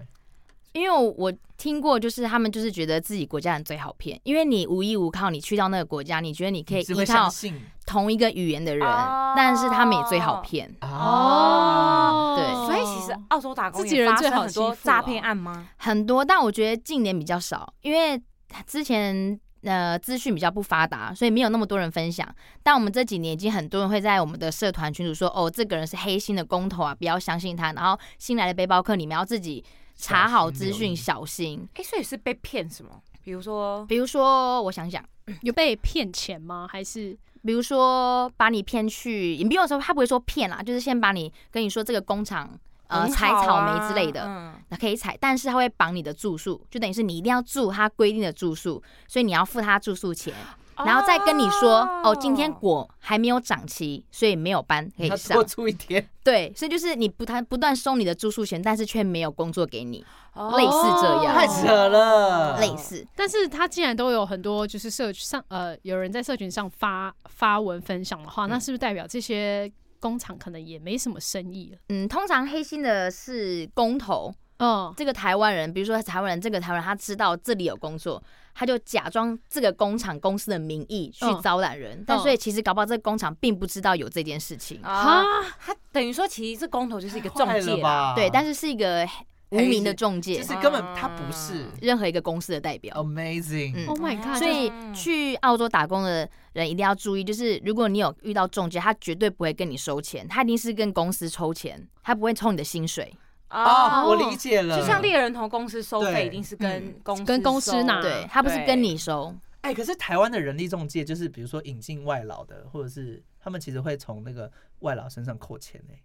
[SPEAKER 6] 因为我听过，就是他们就是觉得自己国家人最好骗，因为你无依无靠，你去到那个国家，你觉得你可以
[SPEAKER 5] 你是会
[SPEAKER 6] 依
[SPEAKER 5] 相
[SPEAKER 6] 靠
[SPEAKER 5] 信
[SPEAKER 6] 同一个语言的人，
[SPEAKER 4] 哦
[SPEAKER 6] 但是他们也最好骗。
[SPEAKER 5] 啊？
[SPEAKER 3] 哦
[SPEAKER 6] 对
[SPEAKER 4] 所以其实澳洲打工
[SPEAKER 3] 自己
[SPEAKER 4] 也
[SPEAKER 3] 人
[SPEAKER 4] 发
[SPEAKER 3] 最
[SPEAKER 4] 生
[SPEAKER 3] 好
[SPEAKER 4] 很多
[SPEAKER 3] 欺负
[SPEAKER 4] 诈
[SPEAKER 3] 啊
[SPEAKER 4] 骗案吗？
[SPEAKER 6] 很多，但我觉得近年比较少，因为之前呃资讯比较不发达，所以没有那么多人分享。但我们这几年已经很多人会在我们的社团群组说，哦，这个人是黑心的工头啊，不要相信他。然后新来的背包客，你们要自己查好资讯，小心。
[SPEAKER 4] 哎、所以是被骗什么？比如说，
[SPEAKER 6] 比如说，我想想。
[SPEAKER 3] 有被骗钱吗？还是
[SPEAKER 6] 比如说把你骗去，也没有说他不会说骗啦，就是先把你跟你说这个工厂呃
[SPEAKER 4] 很
[SPEAKER 6] 采
[SPEAKER 4] 好
[SPEAKER 6] 草
[SPEAKER 4] 啊
[SPEAKER 6] 莓之类的，
[SPEAKER 4] 嗯
[SPEAKER 6] 那可以采，但是他会绑你的住宿，就等于是你一定要住他规定的住宿，所以你要付他住宿钱，
[SPEAKER 4] 哦
[SPEAKER 6] 然后再跟你说哦，今天果还没有长齐，所以没有班可以
[SPEAKER 5] 他
[SPEAKER 6] 上
[SPEAKER 5] 多。出一天，
[SPEAKER 6] 对，所以就是你不他不断收你的住宿钱，但是却没有工作给你，
[SPEAKER 4] 哦
[SPEAKER 6] 类似这
[SPEAKER 5] 哦
[SPEAKER 6] 样
[SPEAKER 5] 太扯了。
[SPEAKER 6] 类似
[SPEAKER 3] 但是他既然都有很多就是社群上呃有人在社群上发发文分享的话，
[SPEAKER 6] 嗯
[SPEAKER 3] 那是不是代表这些工厂可能也没什么生意了？
[SPEAKER 6] 嗯，通常黑心的是工头，
[SPEAKER 3] 嗯，
[SPEAKER 6] 这个台湾人，比如说台湾人，这个台湾人他知道这里有工作，他就假装这个工厂公司的名义去
[SPEAKER 3] 嗯
[SPEAKER 6] 招揽人，但所以其实搞不好这个工厂并不知道有这件事情，
[SPEAKER 4] 啊
[SPEAKER 3] 哦哈，，
[SPEAKER 4] 他等于说其实这公投就是一个中
[SPEAKER 5] 坏
[SPEAKER 4] 介
[SPEAKER 5] 了
[SPEAKER 4] 啦，
[SPEAKER 5] 吧？
[SPEAKER 6] 对，但是是一个无
[SPEAKER 5] 黑
[SPEAKER 6] 名的
[SPEAKER 5] 市
[SPEAKER 6] 中介
[SPEAKER 5] 其，实根本他不是
[SPEAKER 6] 任何一个公司的代表。
[SPEAKER 5] amazing，
[SPEAKER 6] 嗯
[SPEAKER 3] Oh my god！
[SPEAKER 6] 所以
[SPEAKER 4] 嗯
[SPEAKER 6] 去澳洲打工的人一定要注意，就是如果你有遇到中介，他绝对不会跟你收钱，他一定是跟公司抽钱，他不会抽你的薪水。
[SPEAKER 5] 哦，
[SPEAKER 4] 哦，
[SPEAKER 5] 我理解了。
[SPEAKER 4] 就像猎人头公司收费
[SPEAKER 5] 对
[SPEAKER 4] 一定是跟
[SPEAKER 6] 嗯
[SPEAKER 4] 公司
[SPEAKER 3] 跟公司
[SPEAKER 4] 收
[SPEAKER 3] 拿啊
[SPEAKER 6] 对他不是跟你收，
[SPEAKER 5] 哎，可是台湾的人力中介就是比如说引进外劳的，或者是他们其实会从那个外劳身上扣钱哎。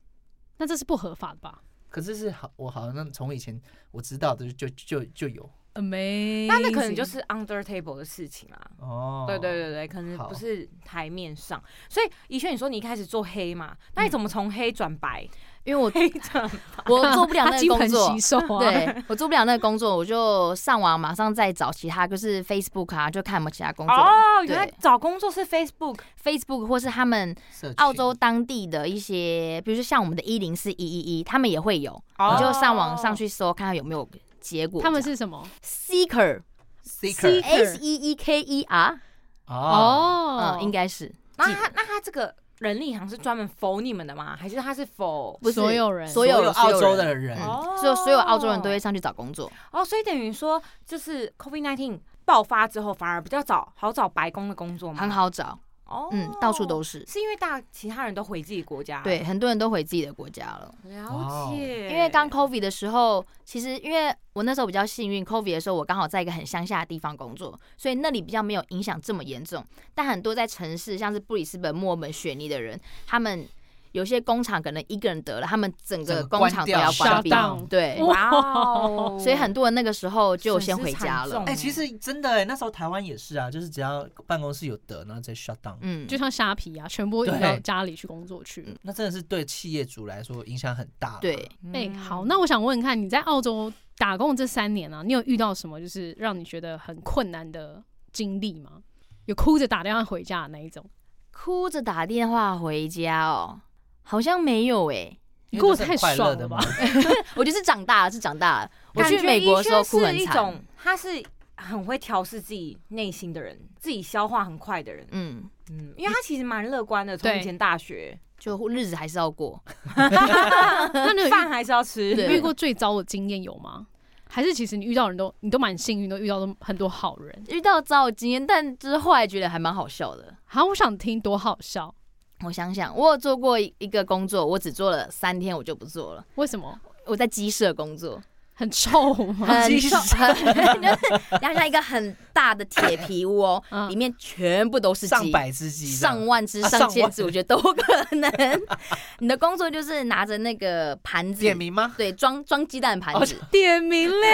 [SPEAKER 3] 那这是不合法的吧
[SPEAKER 5] 可是是好，我好像从以前我知道的就就就就有
[SPEAKER 3] ？Amazing！
[SPEAKER 4] 那那可能就是 under table 的事情啦。
[SPEAKER 5] 哦。
[SPEAKER 4] 对对对对，可能
[SPEAKER 5] 好
[SPEAKER 4] 不是台面上，所以宜轩，你说你一开始做黑嘛，那你怎么从黑转白？
[SPEAKER 6] 因为我
[SPEAKER 4] 黑转
[SPEAKER 6] 我做不了
[SPEAKER 3] 他
[SPEAKER 6] 那个
[SPEAKER 3] 金
[SPEAKER 6] 工
[SPEAKER 3] 盆
[SPEAKER 6] 作
[SPEAKER 3] 洗，手啊，
[SPEAKER 6] 对我做不了那个工作，我就上网马上再找其他，就是 Facebook 啊，就看有没有其他工作、
[SPEAKER 4] 哦，原来
[SPEAKER 6] 对
[SPEAKER 4] 找工作是 Facebook
[SPEAKER 6] ，Facebook 或是他们
[SPEAKER 5] 社群，
[SPEAKER 6] 澳洲当地的一些，比如说像我们的一零四一一一，他们也会有，
[SPEAKER 4] 哦
[SPEAKER 6] 你就上网上去搜，看看有没有结果。
[SPEAKER 3] 他们是什么？
[SPEAKER 6] Seeker
[SPEAKER 5] seeker
[SPEAKER 3] Seek-
[SPEAKER 6] S E E K E R，
[SPEAKER 5] 哦，
[SPEAKER 3] 哦
[SPEAKER 6] 嗯，，应该是
[SPEAKER 4] 那他那他这个人力行是专门否你们的吗？还是他是否
[SPEAKER 6] 不是
[SPEAKER 3] 所有人
[SPEAKER 6] 所
[SPEAKER 5] 所
[SPEAKER 6] 有
[SPEAKER 5] 有澳洲
[SPEAKER 6] 人
[SPEAKER 5] 的人
[SPEAKER 6] 嗯
[SPEAKER 4] 哦
[SPEAKER 6] 所有所有澳洲人都会上去找工作。
[SPEAKER 4] 哦？所以等于说，就是 COVID nineteen 爆发之后，反而比较早好找白宫的工作吗？
[SPEAKER 6] 很好找，
[SPEAKER 4] 哦，
[SPEAKER 6] 嗯，到处都是。
[SPEAKER 4] 是因为大其他人都回自己国家，
[SPEAKER 6] 对，，很多人都回自己的国家了。
[SPEAKER 4] 了解。
[SPEAKER 6] 因为刚 COVID 的时候，其实因为我那时候比较幸运，COVID 的时候我刚好在一个很乡下的地方工作，所以那里比较没有影响这么严重。但很多在城市，像是布里斯本、墨尔本、雪梨的人，他们有些工厂可能一个人得了，他们整
[SPEAKER 5] 整
[SPEAKER 6] 个
[SPEAKER 5] 个
[SPEAKER 6] 工
[SPEAKER 5] 关
[SPEAKER 6] 厂都
[SPEAKER 5] 掉
[SPEAKER 6] 要关
[SPEAKER 3] shut
[SPEAKER 6] 闭
[SPEAKER 3] down。
[SPEAKER 6] 对，
[SPEAKER 4] 哇哦，
[SPEAKER 6] 所以很多人那个时候就先回家
[SPEAKER 4] 损失惨
[SPEAKER 6] 了
[SPEAKER 4] 重。
[SPEAKER 5] 哎，其实真的哎，那时候台湾也是啊，就是只要办公室有得，然后直接 shut down。
[SPEAKER 6] 嗯，
[SPEAKER 3] 就像虾皮啊，全部移
[SPEAKER 5] 对
[SPEAKER 3] 到家里去工作去。
[SPEAKER 5] 那真的是对企业主来说影响很大。
[SPEAKER 6] 对，
[SPEAKER 3] 哎、
[SPEAKER 5] 嗯
[SPEAKER 4] 嗯
[SPEAKER 3] 好，那我想问看，你在澳洲打工这三年啊，你有遇到什么就是让你觉得很困难的经历吗？有哭着打电话回家的那一种？
[SPEAKER 6] 哭着打电话回家哦，好像没有诶、
[SPEAKER 5] 因为
[SPEAKER 3] 过得
[SPEAKER 5] 都是
[SPEAKER 3] 太
[SPEAKER 5] 很快乐
[SPEAKER 3] 爽
[SPEAKER 5] 的
[SPEAKER 3] 了
[SPEAKER 5] 嘛
[SPEAKER 3] 吧。
[SPEAKER 6] 我就是长大了，是长大了。我
[SPEAKER 4] 感觉
[SPEAKER 6] 去美国的时候
[SPEAKER 4] 医
[SPEAKER 6] 哭
[SPEAKER 4] 生是
[SPEAKER 6] 很
[SPEAKER 4] 一
[SPEAKER 6] 惨
[SPEAKER 4] 种。，他是很会调试自己内心的人，自己消化很快的人。
[SPEAKER 6] 嗯，
[SPEAKER 4] 嗯，因为他其实蛮乐观的，从
[SPEAKER 3] 对
[SPEAKER 4] 以前大学
[SPEAKER 6] 就日子还是要过。
[SPEAKER 3] 那 你有
[SPEAKER 4] 饭
[SPEAKER 3] 遇
[SPEAKER 4] 还是要吃。
[SPEAKER 6] 对
[SPEAKER 3] 遇过最糟的经验有吗？还是其实你遇到人都你都蛮幸运，都遇到很多好人。
[SPEAKER 6] 遇到糟的经验，但就是后来觉得还蛮好笑的。
[SPEAKER 3] 好，我想听多好笑，
[SPEAKER 6] 我想想，我有做过一个工作，我只做了三天，我就不做了。
[SPEAKER 3] 为什么
[SPEAKER 6] 我在鸡舍工作，
[SPEAKER 3] 很臭 吗？
[SPEAKER 6] 很
[SPEAKER 5] 哦鸡
[SPEAKER 6] 臭， 很就是然后像一个很 大的铁皮屋哦，
[SPEAKER 3] 嗯
[SPEAKER 6] 里面全部都是
[SPEAKER 5] 上
[SPEAKER 6] 鸡，
[SPEAKER 5] 百只鸡这样，
[SPEAKER 6] 上万只、
[SPEAKER 5] 啊
[SPEAKER 6] 上
[SPEAKER 5] 上
[SPEAKER 6] 千
[SPEAKER 5] 万
[SPEAKER 6] 只，我觉得都可能。你的工作就是拿着那个盘子
[SPEAKER 5] 点，名吗？
[SPEAKER 6] 对，装装鸡蛋的盘子，
[SPEAKER 3] 点名嘞，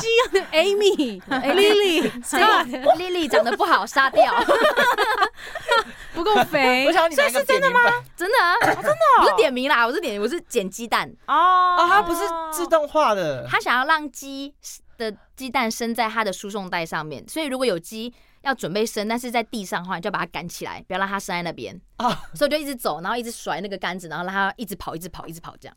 [SPEAKER 3] 基 Amy、Lily、
[SPEAKER 5] 哦
[SPEAKER 6] 所以 Lily 长得不好，杀掉，
[SPEAKER 3] 不够肥
[SPEAKER 5] 我，想你这是真的吗？
[SPEAKER 6] 真的
[SPEAKER 5] 哦
[SPEAKER 6] 啊，真的，不是点名啦，我是点，我是捡鸡蛋。
[SPEAKER 4] 哦
[SPEAKER 5] 啊，它不是自动 化的，
[SPEAKER 6] 他想要让鸡的鸡蛋生在它的输送带上面，所以如果有鸡要准备生，但是在地上的话，你就要把它赶起来，不要让它生在那边
[SPEAKER 5] 啊
[SPEAKER 6] 所以我就一直走，然后一直甩那个杆子，然后让它一直跑，一直跑，一直跑，这样。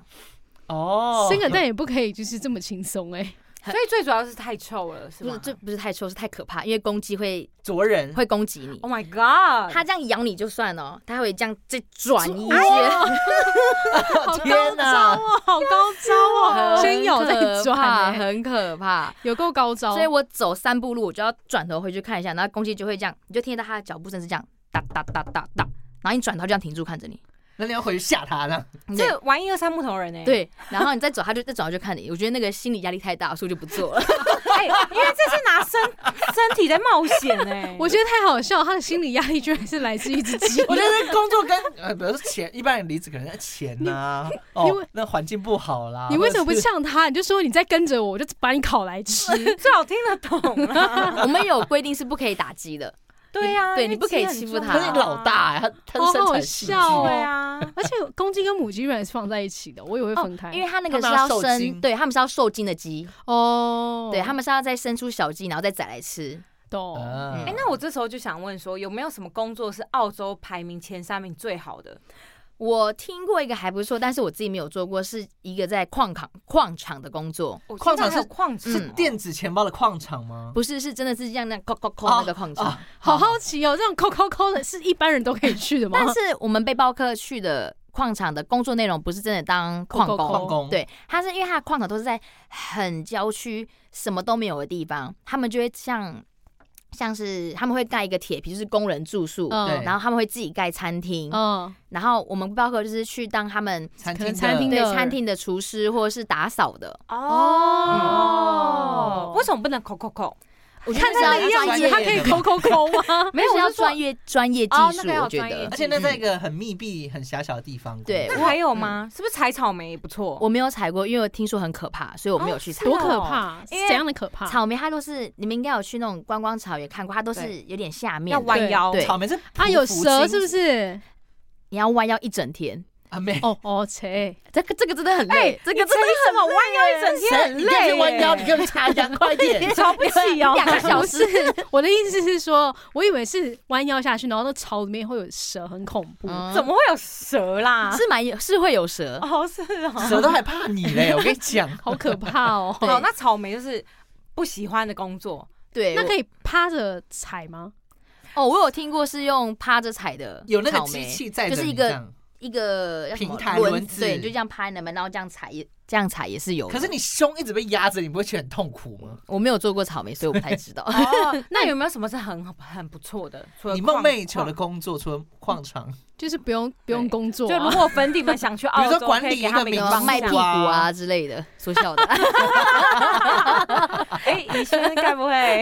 [SPEAKER 5] 哦，
[SPEAKER 3] 生个蛋也不可以就是这么轻松 哎。
[SPEAKER 4] 所以最主要是太臭了，是
[SPEAKER 6] 不是，
[SPEAKER 4] 吗？
[SPEAKER 6] 这不是太臭，是太可怕，因为公鸡会
[SPEAKER 5] 啄人，
[SPEAKER 6] 会攻 击你。
[SPEAKER 4] Oh my God！
[SPEAKER 6] 它这样咬你就算了，它会这样再 转移一
[SPEAKER 3] 哎
[SPEAKER 6] 圈，
[SPEAKER 5] 哦天哪！
[SPEAKER 3] 好高招 先咬再
[SPEAKER 6] 很可怕
[SPEAKER 3] 转、欸，
[SPEAKER 6] 很可怕。
[SPEAKER 3] 有够高招。
[SPEAKER 6] 所以我走三步路，我就要转头回去看一下，然后公鸡就会这样，你就听得到它的脚步声是这样哒哒哒哒哒，然后你转头就这样停住看着你，
[SPEAKER 5] 那你要回去吓它 呢？
[SPEAKER 4] 这玩一二三木头人呢？，欸
[SPEAKER 6] 对，然后你再走，它就再转头就看你。我觉得那个心理压力太大，所以我就不做了。
[SPEAKER 4] 哎、因为这是拿身身体在冒险哎、
[SPEAKER 3] 我觉得太好笑，他的心理压力居然是来自于一只鸡。
[SPEAKER 5] 我觉得工作跟呃，比如说钱，一般人离职可能钱 呐、
[SPEAKER 3] 你
[SPEAKER 5] 哦，那环境不好啦。
[SPEAKER 3] 你为什么不
[SPEAKER 5] 或者是
[SPEAKER 3] 呛他？你就说你在跟着我，我就把你烤来吃。
[SPEAKER 4] 最好听得懂啦。
[SPEAKER 6] 我们有规定是不可以打鸡的，
[SPEAKER 4] 对呀、啊，
[SPEAKER 6] 对你不可以欺负他
[SPEAKER 5] 他是老大、欸，他他
[SPEAKER 3] 好
[SPEAKER 5] 是生
[SPEAKER 3] 好
[SPEAKER 5] 产系
[SPEAKER 3] 笑哦
[SPEAKER 4] 啊对啊，
[SPEAKER 6] 嗯
[SPEAKER 3] 而且公鸡跟母鸡原来是放在一起的，我以为会分开。
[SPEAKER 6] 哦因为他那个是
[SPEAKER 5] 他们要
[SPEAKER 6] 要
[SPEAKER 5] 受
[SPEAKER 6] 生，
[SPEAKER 5] 精
[SPEAKER 6] 对他们是要受精的鸡，
[SPEAKER 3] 哦，
[SPEAKER 6] 对他们是要再生出小鸡，然后再宰来吃。
[SPEAKER 3] 懂。
[SPEAKER 5] 哎
[SPEAKER 4] 哎、那我这时候就想问说，有没有什么工作是澳洲排名前三名最好的？
[SPEAKER 6] 我听过一个还不错，但是我自己没有做过，是一个在矿场矿场的工作，
[SPEAKER 4] 哦
[SPEAKER 5] 矿嗯场
[SPEAKER 4] 现在还有
[SPEAKER 5] 是
[SPEAKER 4] 矿场
[SPEAKER 5] 是
[SPEAKER 3] 嗯
[SPEAKER 4] 哦
[SPEAKER 5] 电子钱包的矿场吗？
[SPEAKER 6] 不是是真的是这样那扣扣扣
[SPEAKER 5] 哦
[SPEAKER 6] 那个矿场。
[SPEAKER 5] 哦
[SPEAKER 3] 好好奇哦，这种抠抠抠的是一般人都可以去的吗
[SPEAKER 6] 但？是我们背包客去的矿场的工作内容不是真的当矿工，
[SPEAKER 3] 矿
[SPEAKER 5] 矿工，
[SPEAKER 6] 对，他是因为他的矿场都是在很郊区、什么都没有的地方，他们就会像像是他们会盖一个铁皮，就是工人住宿，
[SPEAKER 5] 对
[SPEAKER 6] 然后他们会自己盖餐厅，
[SPEAKER 3] 嗯，
[SPEAKER 6] 然后我们包括就是去当他们
[SPEAKER 5] 餐
[SPEAKER 3] 可
[SPEAKER 5] 厅
[SPEAKER 3] 能
[SPEAKER 5] 的
[SPEAKER 3] 餐厅
[SPEAKER 6] 对
[SPEAKER 3] 的
[SPEAKER 6] 餐厅的厨师或者是打扫的，
[SPEAKER 4] 哦，为什么不能扣扣扣？
[SPEAKER 6] 我觉得
[SPEAKER 3] 看他
[SPEAKER 6] 那
[SPEAKER 3] 那
[SPEAKER 6] 是
[SPEAKER 3] 个
[SPEAKER 6] 要
[SPEAKER 3] 样
[SPEAKER 6] 专
[SPEAKER 3] 子，
[SPEAKER 6] 业
[SPEAKER 3] 他可以抠抠抠吗？
[SPEAKER 6] 没有
[SPEAKER 4] 我
[SPEAKER 6] 要
[SPEAKER 4] 是说
[SPEAKER 6] 专业专业技
[SPEAKER 4] 哦那
[SPEAKER 6] 术，
[SPEAKER 4] 个要
[SPEAKER 6] 我觉
[SPEAKER 4] 专业
[SPEAKER 6] 得嗯
[SPEAKER 5] 而且那在一个很密闭、很狭小的地方工作。
[SPEAKER 6] 对
[SPEAKER 4] 那还有吗？是不是采草莓也不错？
[SPEAKER 6] 我没有踩过，因为我听说很可怕，所以我没有
[SPEAKER 4] 哦
[SPEAKER 6] 去踩
[SPEAKER 4] 是
[SPEAKER 3] 多
[SPEAKER 6] 过。
[SPEAKER 3] 可怕！
[SPEAKER 4] 因为
[SPEAKER 3] 怎样的可怕？啊
[SPEAKER 6] 草莓它都是你们应该有去那种观光草原看过，它都是
[SPEAKER 4] 对
[SPEAKER 6] 有点下面
[SPEAKER 4] 要
[SPEAKER 6] 的
[SPEAKER 4] 弯腰，
[SPEAKER 6] 对
[SPEAKER 5] 草莓是
[SPEAKER 3] 啊，有
[SPEAKER 5] 匍匐
[SPEAKER 3] 蛇
[SPEAKER 5] 茎
[SPEAKER 3] 是不是？
[SPEAKER 6] 你要弯腰一整天，
[SPEAKER 5] 啊？没，
[SPEAKER 3] 哦哦，切！
[SPEAKER 6] 这个这个真的很
[SPEAKER 4] 哎
[SPEAKER 6] 累，这个真的，
[SPEAKER 4] 什么弯腰一整天
[SPEAKER 5] 神
[SPEAKER 4] 很
[SPEAKER 5] 你干脆
[SPEAKER 4] 累耶？
[SPEAKER 5] 弯腰，你给我插腰，快点！
[SPEAKER 4] 瞧不起哦
[SPEAKER 6] 两个小
[SPEAKER 3] 不是
[SPEAKER 6] 时。，
[SPEAKER 3] 我的意思是说，我以为是弯腰下去，然后那草里面会有蛇，很恐怖。
[SPEAKER 6] 嗯
[SPEAKER 4] 怎么会有蛇啦？
[SPEAKER 6] 是蛮有是会有蛇，
[SPEAKER 4] 哦，是哦。
[SPEAKER 5] 蛇都还怕你 嘞！我跟你讲，
[SPEAKER 3] 好可怕哦！
[SPEAKER 6] 对
[SPEAKER 4] 好，那草莓就是不喜欢的工作，
[SPEAKER 6] 对，
[SPEAKER 3] 那可
[SPEAKER 6] 以
[SPEAKER 3] 以趴着踩吗？
[SPEAKER 6] 哦，我有听过是用趴着踩的，
[SPEAKER 5] 有那个机器在着
[SPEAKER 6] 就是一
[SPEAKER 5] 你
[SPEAKER 6] 个
[SPEAKER 5] 这样，
[SPEAKER 6] 一个叫什
[SPEAKER 5] 平
[SPEAKER 6] 么
[SPEAKER 5] 台
[SPEAKER 6] 轮
[SPEAKER 5] 轮子
[SPEAKER 6] 对，你就这样趴在那边，然后这样踩也这样踩也是有的。
[SPEAKER 5] 可是你胸一直被压着，你不会觉得很痛苦吗？
[SPEAKER 6] 我没有做过草莓，所以我不太 知道。
[SPEAKER 4] 哦，那有没有什么是很很不错的？除了
[SPEAKER 5] 你梦
[SPEAKER 4] 矿
[SPEAKER 5] 寐以求的
[SPEAKER 4] 矿
[SPEAKER 5] 工作，除了
[SPEAKER 6] 嗯
[SPEAKER 5] 矿场，
[SPEAKER 3] 就是不用不用工作
[SPEAKER 4] 哦就如
[SPEAKER 3] 啊，
[SPEAKER 4] 果粉底们想去澳
[SPEAKER 5] 比如
[SPEAKER 4] 洲，
[SPEAKER 5] 说管理
[SPEAKER 4] 可以给他们一
[SPEAKER 5] 一
[SPEAKER 4] 个
[SPEAKER 5] 个
[SPEAKER 6] 然
[SPEAKER 4] 方
[SPEAKER 5] 民宿
[SPEAKER 6] 后卖屁股
[SPEAKER 4] 向。
[SPEAKER 6] 啊之类的，说笑的，
[SPEAKER 4] 哎，医生该不会？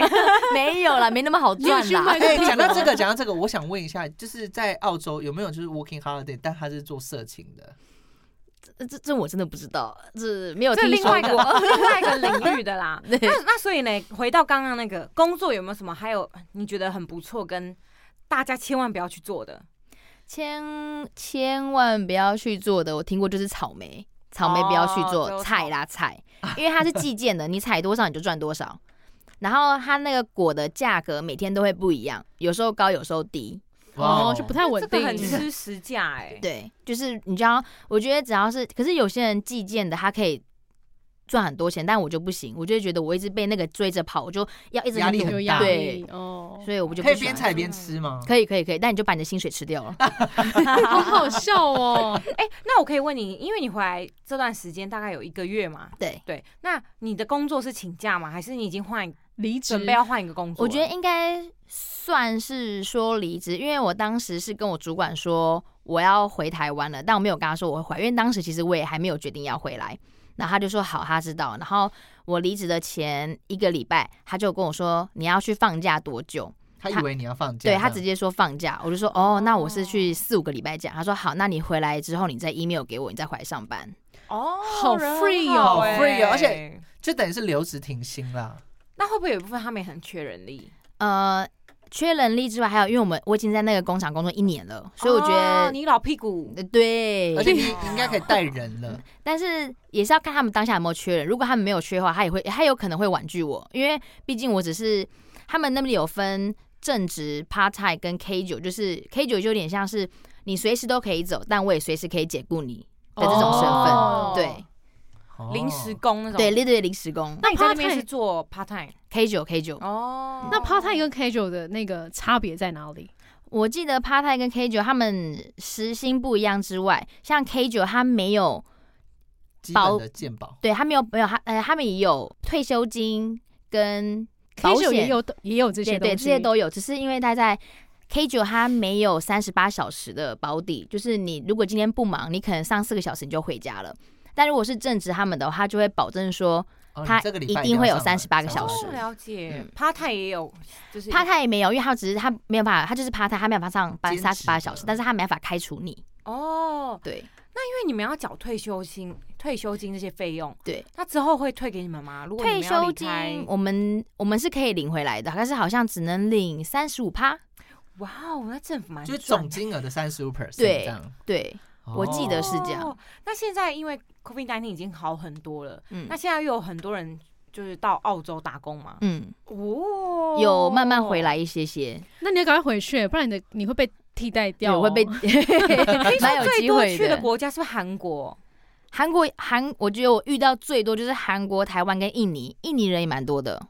[SPEAKER 6] 没有啦，没那么好
[SPEAKER 3] 你有
[SPEAKER 6] 赚
[SPEAKER 3] 去
[SPEAKER 6] 啦
[SPEAKER 3] 卖。
[SPEAKER 5] 哎，
[SPEAKER 3] 个
[SPEAKER 5] 讲到这个，讲到这个，我想问一下，就是在澳洲有没有就是 working holiday，但他是做色情的？
[SPEAKER 6] 这这这我真的不知道，这没有
[SPEAKER 4] 这
[SPEAKER 6] 哦听
[SPEAKER 4] 另外
[SPEAKER 6] 说
[SPEAKER 4] 一个哦
[SPEAKER 6] 过。
[SPEAKER 4] 另外一个 领域的啦。
[SPEAKER 6] 对
[SPEAKER 4] 那那所以呢，回到刚刚那个工作，有没有什么还有你觉得很不错，跟大家千万不要去做的？
[SPEAKER 6] 千千万不要去做的，我听过就是草莓，草莓不要去
[SPEAKER 4] 哦只
[SPEAKER 6] 做，
[SPEAKER 4] 有
[SPEAKER 6] 采啦采，因为它是计件的，你采多少你就赚多少。然后它那个果的价格每天都会不一样，有时候高，有时候低。
[SPEAKER 3] 哦，就不太稳
[SPEAKER 4] 这
[SPEAKER 3] 定
[SPEAKER 4] 个。很吃实价哎。
[SPEAKER 6] 对，就是你就要，我觉得只要是，可是有些人计件的，他可以赚很多钱，但我就不行，我就会觉得我一直被那个追着跑，我就要一直
[SPEAKER 5] 压力
[SPEAKER 3] 有
[SPEAKER 5] 很
[SPEAKER 3] 压力
[SPEAKER 5] 大
[SPEAKER 6] 对，
[SPEAKER 3] 哦，
[SPEAKER 6] 所以我就不
[SPEAKER 5] 可以
[SPEAKER 6] 喜欢
[SPEAKER 5] 边采边吃吗？
[SPEAKER 6] 可以可以可以，但你就把你的薪水吃掉了。
[SPEAKER 3] 哎好好笑哦。
[SPEAKER 4] 哎，那我可以问你，因为你回来这段时间大概有一个月嘛？
[SPEAKER 6] 对，
[SPEAKER 4] 对，那你的工作是请假吗？还是你已经换
[SPEAKER 3] 离职
[SPEAKER 4] 准备要换一个工作
[SPEAKER 6] 我
[SPEAKER 4] 了？
[SPEAKER 6] 觉得应该算是说离职，因为我当时是跟我主管说我要回台湾了，但我没有跟他说我会回来，因为当时其实我也还没有决定要回来。然后他就说好，他知道。然后我离职的前一个礼拜，他就跟我说你要去放假多久？
[SPEAKER 5] 他以为你要放假，
[SPEAKER 6] 对他直
[SPEAKER 5] 接
[SPEAKER 6] 接说放假，我就说哦，那我是去四五个礼拜假。他说好，那你回来之后你再 email 给我，你再回来上班。
[SPEAKER 4] 哦，
[SPEAKER 3] 好
[SPEAKER 4] 人
[SPEAKER 3] free 哦
[SPEAKER 4] 好
[SPEAKER 5] 好
[SPEAKER 4] 欸
[SPEAKER 5] free 哦而且就等于是留职停薪啦。
[SPEAKER 4] 那会不会有一部分他们也很缺人力？
[SPEAKER 6] 呃，缺人力之外，还有因为我们我已经在那个工厂工作一年了，所以我觉得、
[SPEAKER 4] 哦你老屁股
[SPEAKER 6] 呃对，
[SPEAKER 5] 而且你你应该可以带人 了，
[SPEAKER 6] 但是也是要看他们当下有没有缺人。如果他们没有缺的话，他也会，他有可能会婉拒我，因为毕竟我只是他们那边有分正职、part time 跟 K 九，就是 K 九就有点像是你随时都可以走，但我也随时可以解雇你的这种身份。
[SPEAKER 3] 哦
[SPEAKER 6] 对
[SPEAKER 5] 哦
[SPEAKER 6] 嗯
[SPEAKER 4] 临时工那种。
[SPEAKER 6] 对，，对对，临时工
[SPEAKER 4] 那你在那
[SPEAKER 3] part
[SPEAKER 4] 边
[SPEAKER 3] time-
[SPEAKER 4] 是做 part time
[SPEAKER 6] K 九 K 九。
[SPEAKER 4] 哦
[SPEAKER 3] 那 part time 跟 K 九的那个差别在哪里？
[SPEAKER 6] 我记得 part time 跟 K 九他们时薪不一样之外，像 K 九他没有
[SPEAKER 5] 基本的健保，
[SPEAKER 6] 对他没有没有他呃，他们也有退休金跟
[SPEAKER 3] K
[SPEAKER 6] 保
[SPEAKER 3] 九
[SPEAKER 6] 险，
[SPEAKER 3] 也有也有这些
[SPEAKER 6] 对
[SPEAKER 3] 东
[SPEAKER 6] 对
[SPEAKER 3] 西，
[SPEAKER 6] 这些都有，只是因为他在 K 九他没有三十八小时的保底，就是你如果今天不忙，你可能上四个小时你就回家了。但如果是正职他们的话，他就会保证说
[SPEAKER 5] 哦
[SPEAKER 6] 他
[SPEAKER 5] 你这个礼拜
[SPEAKER 6] 一定会有
[SPEAKER 5] 聊上了
[SPEAKER 6] 38个小时
[SPEAKER 5] 上
[SPEAKER 4] 哦
[SPEAKER 5] 了
[SPEAKER 4] 了解
[SPEAKER 6] 嗯。
[SPEAKER 4] 趴太也有，就是
[SPEAKER 6] 趴太也没有，因为他只是他没有办法，他就是趴太，他没有办法上班
[SPEAKER 5] 兼职的
[SPEAKER 6] 三十八小时，但是他没办法开除你。
[SPEAKER 4] 哦，
[SPEAKER 6] 对，
[SPEAKER 4] 因为你们要缴退休金、退休金这些费用，
[SPEAKER 6] 对，
[SPEAKER 4] 那之后会退给你们吗？如果你
[SPEAKER 6] 退
[SPEAKER 4] 们要
[SPEAKER 6] 休
[SPEAKER 4] 离
[SPEAKER 6] 金
[SPEAKER 4] 开，
[SPEAKER 6] 我们我们是可以领回来的，但是好像只能领三十五趴。
[SPEAKER 4] 哇哦，那政府蛮
[SPEAKER 5] 就是
[SPEAKER 4] 赚
[SPEAKER 5] 总金额的三十五 percent
[SPEAKER 6] 对
[SPEAKER 5] 这样。
[SPEAKER 6] 对，我记
[SPEAKER 4] 的
[SPEAKER 6] 得是这样
[SPEAKER 4] 哦那现在因为 COVID 1 9已经好很多了，
[SPEAKER 6] 嗯
[SPEAKER 4] 那现在又有很多人就是到澳洲打工嘛，
[SPEAKER 6] 嗯，
[SPEAKER 4] 哦，
[SPEAKER 6] 有慢慢回。来一些些，
[SPEAKER 3] 那你要赶快回去，不然你的你会被替代掉、
[SPEAKER 6] 有会 被蛮有
[SPEAKER 4] 哦最
[SPEAKER 6] 机
[SPEAKER 4] 多
[SPEAKER 6] 会
[SPEAKER 4] 去的
[SPEAKER 6] 的。
[SPEAKER 4] 国家是不是韩国？
[SPEAKER 6] 韩国韩，我觉得我遇到最多就是韩国、台湾跟印尼，印尼人也蛮多的。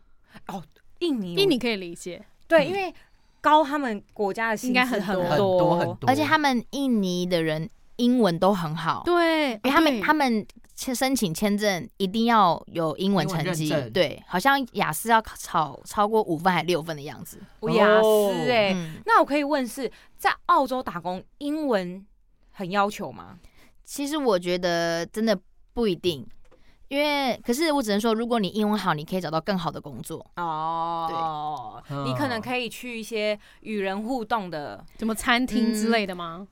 [SPEAKER 4] 印尼，
[SPEAKER 3] 印尼可以理解，
[SPEAKER 4] 对，
[SPEAKER 6] 嗯
[SPEAKER 4] 因为高他们国家的薪
[SPEAKER 3] 应该
[SPEAKER 4] 资
[SPEAKER 3] 很多
[SPEAKER 5] 很多很多，
[SPEAKER 6] 而且他们印尼的人英文都很好，
[SPEAKER 3] 哦对，
[SPEAKER 6] 哎因为他们他
[SPEAKER 3] 们
[SPEAKER 6] 们签申请签证一定要有英文
[SPEAKER 5] 英文
[SPEAKER 6] 成绩
[SPEAKER 5] 认证，
[SPEAKER 6] 对，好像雅思要考超超过五分还六分的样子。
[SPEAKER 4] 我雅
[SPEAKER 5] 哦
[SPEAKER 4] 思哎、
[SPEAKER 6] 嗯，
[SPEAKER 4] 那我可以问是在澳洲打工，英文很要求吗？
[SPEAKER 6] 其实我觉得真的不一定，因为可是我只能说，如果你英文好，你可以找到更好的工作。
[SPEAKER 4] 哦，
[SPEAKER 5] 对
[SPEAKER 4] 你可能
[SPEAKER 5] 嗯
[SPEAKER 4] 可以去一些与人互动的
[SPEAKER 3] 什么餐厅之类的吗？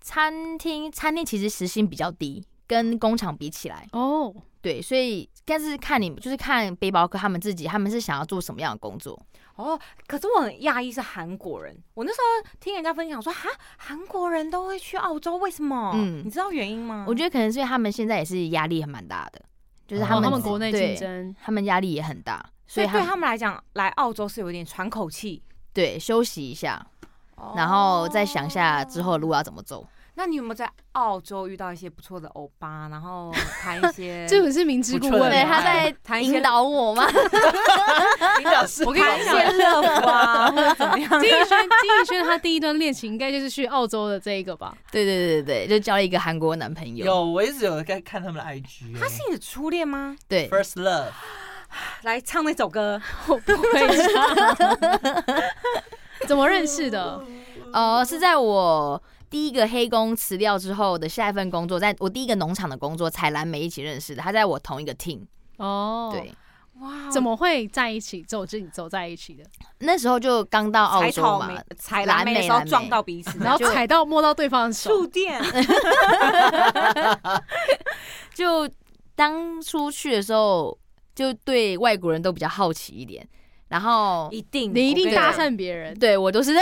[SPEAKER 6] 餐厅餐厅其实时薪比较低，跟工厂比起来，
[SPEAKER 3] 哦，
[SPEAKER 6] 对，所以但是看你就是看背包客他们自己，他们是想要做什么样的工作。
[SPEAKER 4] 哦，可是我很讶异是韩国人。我那时候听人家分享说，哈，韩国人都会去澳洲，为什么？
[SPEAKER 6] 嗯
[SPEAKER 4] 你知道原因吗？
[SPEAKER 6] 我觉得可能是因为他们现在也是压力还蛮大的，就是
[SPEAKER 5] 哦
[SPEAKER 6] 他
[SPEAKER 3] 哦
[SPEAKER 6] 们、
[SPEAKER 3] 他们国内
[SPEAKER 6] 对
[SPEAKER 3] 竞争，
[SPEAKER 6] 他们压力也很大，
[SPEAKER 4] 所
[SPEAKER 6] 所
[SPEAKER 4] 以
[SPEAKER 6] 以
[SPEAKER 4] 对
[SPEAKER 6] 他
[SPEAKER 4] 他
[SPEAKER 6] 们
[SPEAKER 4] 们来讲，来澳洲是有点喘口气，
[SPEAKER 6] 对休息一下，
[SPEAKER 4] 哦
[SPEAKER 6] 然后再想一下之后的路要怎么走。
[SPEAKER 4] 那你有没有在澳洲遇到一些不错的欧巴，然后谈一 些？
[SPEAKER 3] 这个是明知故问啊
[SPEAKER 5] 不错对
[SPEAKER 6] 对，
[SPEAKER 5] 的
[SPEAKER 3] 嘛，
[SPEAKER 6] 他在
[SPEAKER 4] 谈一些
[SPEAKER 6] 引导我吗？
[SPEAKER 5] 你表示
[SPEAKER 3] 我跟你
[SPEAKER 4] 谈一些乐福啊，或者怎么样？
[SPEAKER 3] 金宇轩，金宇轩他第一段恋情应该就是去澳洲的这一个吧？
[SPEAKER 6] 对对对对，就交了一个韩国男朋友。
[SPEAKER 5] 有，我一直有在看他们的 IG，欸
[SPEAKER 4] 他是你的初恋吗？
[SPEAKER 6] 对，
[SPEAKER 5] First Love，
[SPEAKER 4] 来唱那首歌，
[SPEAKER 3] 我不会唱，怎么认识的？
[SPEAKER 6] 呃，是在我第一个黑工辞掉之后的下一份工作，在我第一个农场的工作采蓝莓一起认识的，他在我同一个 team。
[SPEAKER 3] 哦，
[SPEAKER 6] 对，，
[SPEAKER 4] 哇，
[SPEAKER 3] 怎么会在一起？走进走在一起的，
[SPEAKER 6] 那时候就刚到澳
[SPEAKER 4] 采
[SPEAKER 6] 洲
[SPEAKER 4] 草
[SPEAKER 6] 嘛
[SPEAKER 4] 莓、，采蓝莓的时
[SPEAKER 6] 蓝
[SPEAKER 4] 候
[SPEAKER 6] 莓
[SPEAKER 4] 撞到彼此，
[SPEAKER 3] 然后
[SPEAKER 6] 就
[SPEAKER 3] 踩到摸到对方的手，
[SPEAKER 4] 触电，
[SPEAKER 6] 就当初去的时候，就对外国人都比较好奇一点，然后
[SPEAKER 4] 一定，
[SPEAKER 3] 你一
[SPEAKER 4] 我
[SPEAKER 3] 定
[SPEAKER 4] 跟讲
[SPEAKER 3] 搭讪别人。
[SPEAKER 6] 对我 都是在，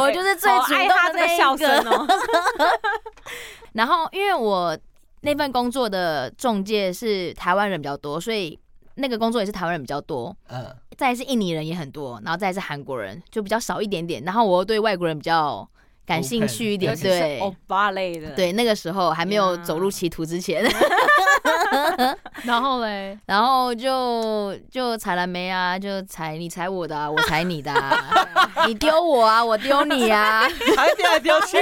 [SPEAKER 6] 我就是最
[SPEAKER 4] 好
[SPEAKER 6] 主
[SPEAKER 4] 爱
[SPEAKER 6] 动
[SPEAKER 4] 他
[SPEAKER 6] 的
[SPEAKER 4] 这
[SPEAKER 6] 那
[SPEAKER 4] 个笑
[SPEAKER 6] 一
[SPEAKER 4] 声
[SPEAKER 6] 个。
[SPEAKER 4] 哦。
[SPEAKER 6] 然后因为我那份工作的中介是台湾人比较多，所以那个工作也是台湾人比较多，
[SPEAKER 5] 呃，
[SPEAKER 6] 再来是印尼人也很多，然后再来是韩国人就比较少一点点。然后我又对外国人比较感兴趣一 点，
[SPEAKER 4] 尤其是
[SPEAKER 6] 对
[SPEAKER 4] 欧巴类的，，
[SPEAKER 6] 对，那个时候还没有
[SPEAKER 4] 呀
[SPEAKER 6] 走入歧途之前。
[SPEAKER 3] 然后嘞，
[SPEAKER 6] 然后就就踩蓝莓啊，就踩你踩我的、啊，我踩你 的、啊，你丢我啊，我丢你啊，
[SPEAKER 5] 还丢来丢去，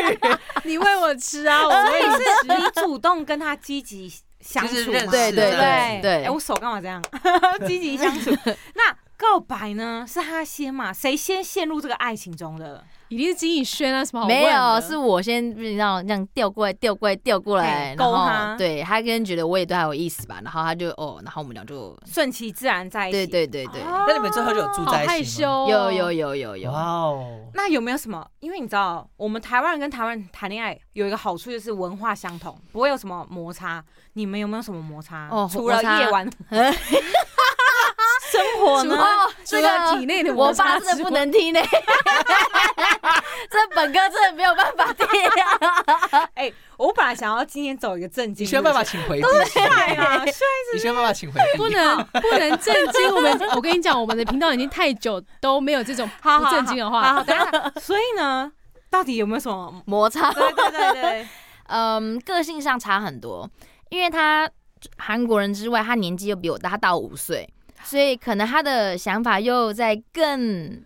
[SPEAKER 3] 你喂我吃啊，我喂你吃。
[SPEAKER 4] 你主动跟他积极相
[SPEAKER 5] 就是
[SPEAKER 4] 处
[SPEAKER 5] 认
[SPEAKER 4] 嘛，
[SPEAKER 5] 识
[SPEAKER 6] 对对
[SPEAKER 4] 对
[SPEAKER 6] 对对
[SPEAKER 4] 哎，我手干嘛这样？ 积极相处。那告白呢？是他先嘛？谁先陷入这个爱情中的？
[SPEAKER 3] 一定是金宇轩啊，什么好问
[SPEAKER 6] 没
[SPEAKER 3] 的
[SPEAKER 6] 有，是我先这样这样调过来，调过来，调过来，
[SPEAKER 4] 嘿
[SPEAKER 6] 然
[SPEAKER 4] 勾他
[SPEAKER 6] 后对他跟觉得我也对他有意思吧，然后他就哦，然后我们俩就
[SPEAKER 4] 顺其自然在一
[SPEAKER 6] 对
[SPEAKER 4] 起。
[SPEAKER 6] 对对对，
[SPEAKER 4] 哦
[SPEAKER 5] 那你们最后就有住
[SPEAKER 3] 好
[SPEAKER 5] 在
[SPEAKER 3] 害
[SPEAKER 5] 一起
[SPEAKER 3] 羞
[SPEAKER 5] 吗？
[SPEAKER 3] 哦。
[SPEAKER 6] 有有有有
[SPEAKER 5] 哇
[SPEAKER 6] 有，
[SPEAKER 5] 哦，
[SPEAKER 4] 那有没有什么？因为你知道，我们台湾人跟台湾人谈恋爱有一个好处就是文化相同，不会有什么摩擦。你们有没有什么摩擦？
[SPEAKER 6] 哦
[SPEAKER 4] 除
[SPEAKER 6] 摩
[SPEAKER 4] 了
[SPEAKER 6] 擦
[SPEAKER 4] 夜晚生活
[SPEAKER 3] 除
[SPEAKER 4] 呢？
[SPEAKER 3] 了除
[SPEAKER 6] 这个
[SPEAKER 3] 了体内的摩
[SPEAKER 6] 啊我
[SPEAKER 3] 擦
[SPEAKER 6] 爸
[SPEAKER 3] 之
[SPEAKER 6] 真的不
[SPEAKER 3] 外
[SPEAKER 6] 能 听呢，这本哥真的没有办法听，啊
[SPEAKER 4] 哎、我本来想要今天走一个正经路
[SPEAKER 5] 你需
[SPEAKER 4] 线，
[SPEAKER 5] 要爸爸请回避，
[SPEAKER 4] 帅 啊，帅
[SPEAKER 5] 你需要爸爸请回
[SPEAKER 3] 不
[SPEAKER 5] 避，
[SPEAKER 3] 能不能震惊我们。我跟你讲，我们的频道已经太久都没有这种
[SPEAKER 4] 好
[SPEAKER 3] 不正经的
[SPEAKER 4] 好好
[SPEAKER 3] 话
[SPEAKER 4] 好，等一下。所以呢，到底有没有什么？
[SPEAKER 6] 摩擦。
[SPEAKER 4] 对对对对，
[SPEAKER 6] 嗯，个性上差很多，因为他韩国人之外，他年纪又比我大，他大我五岁，所以可能他的想法又再更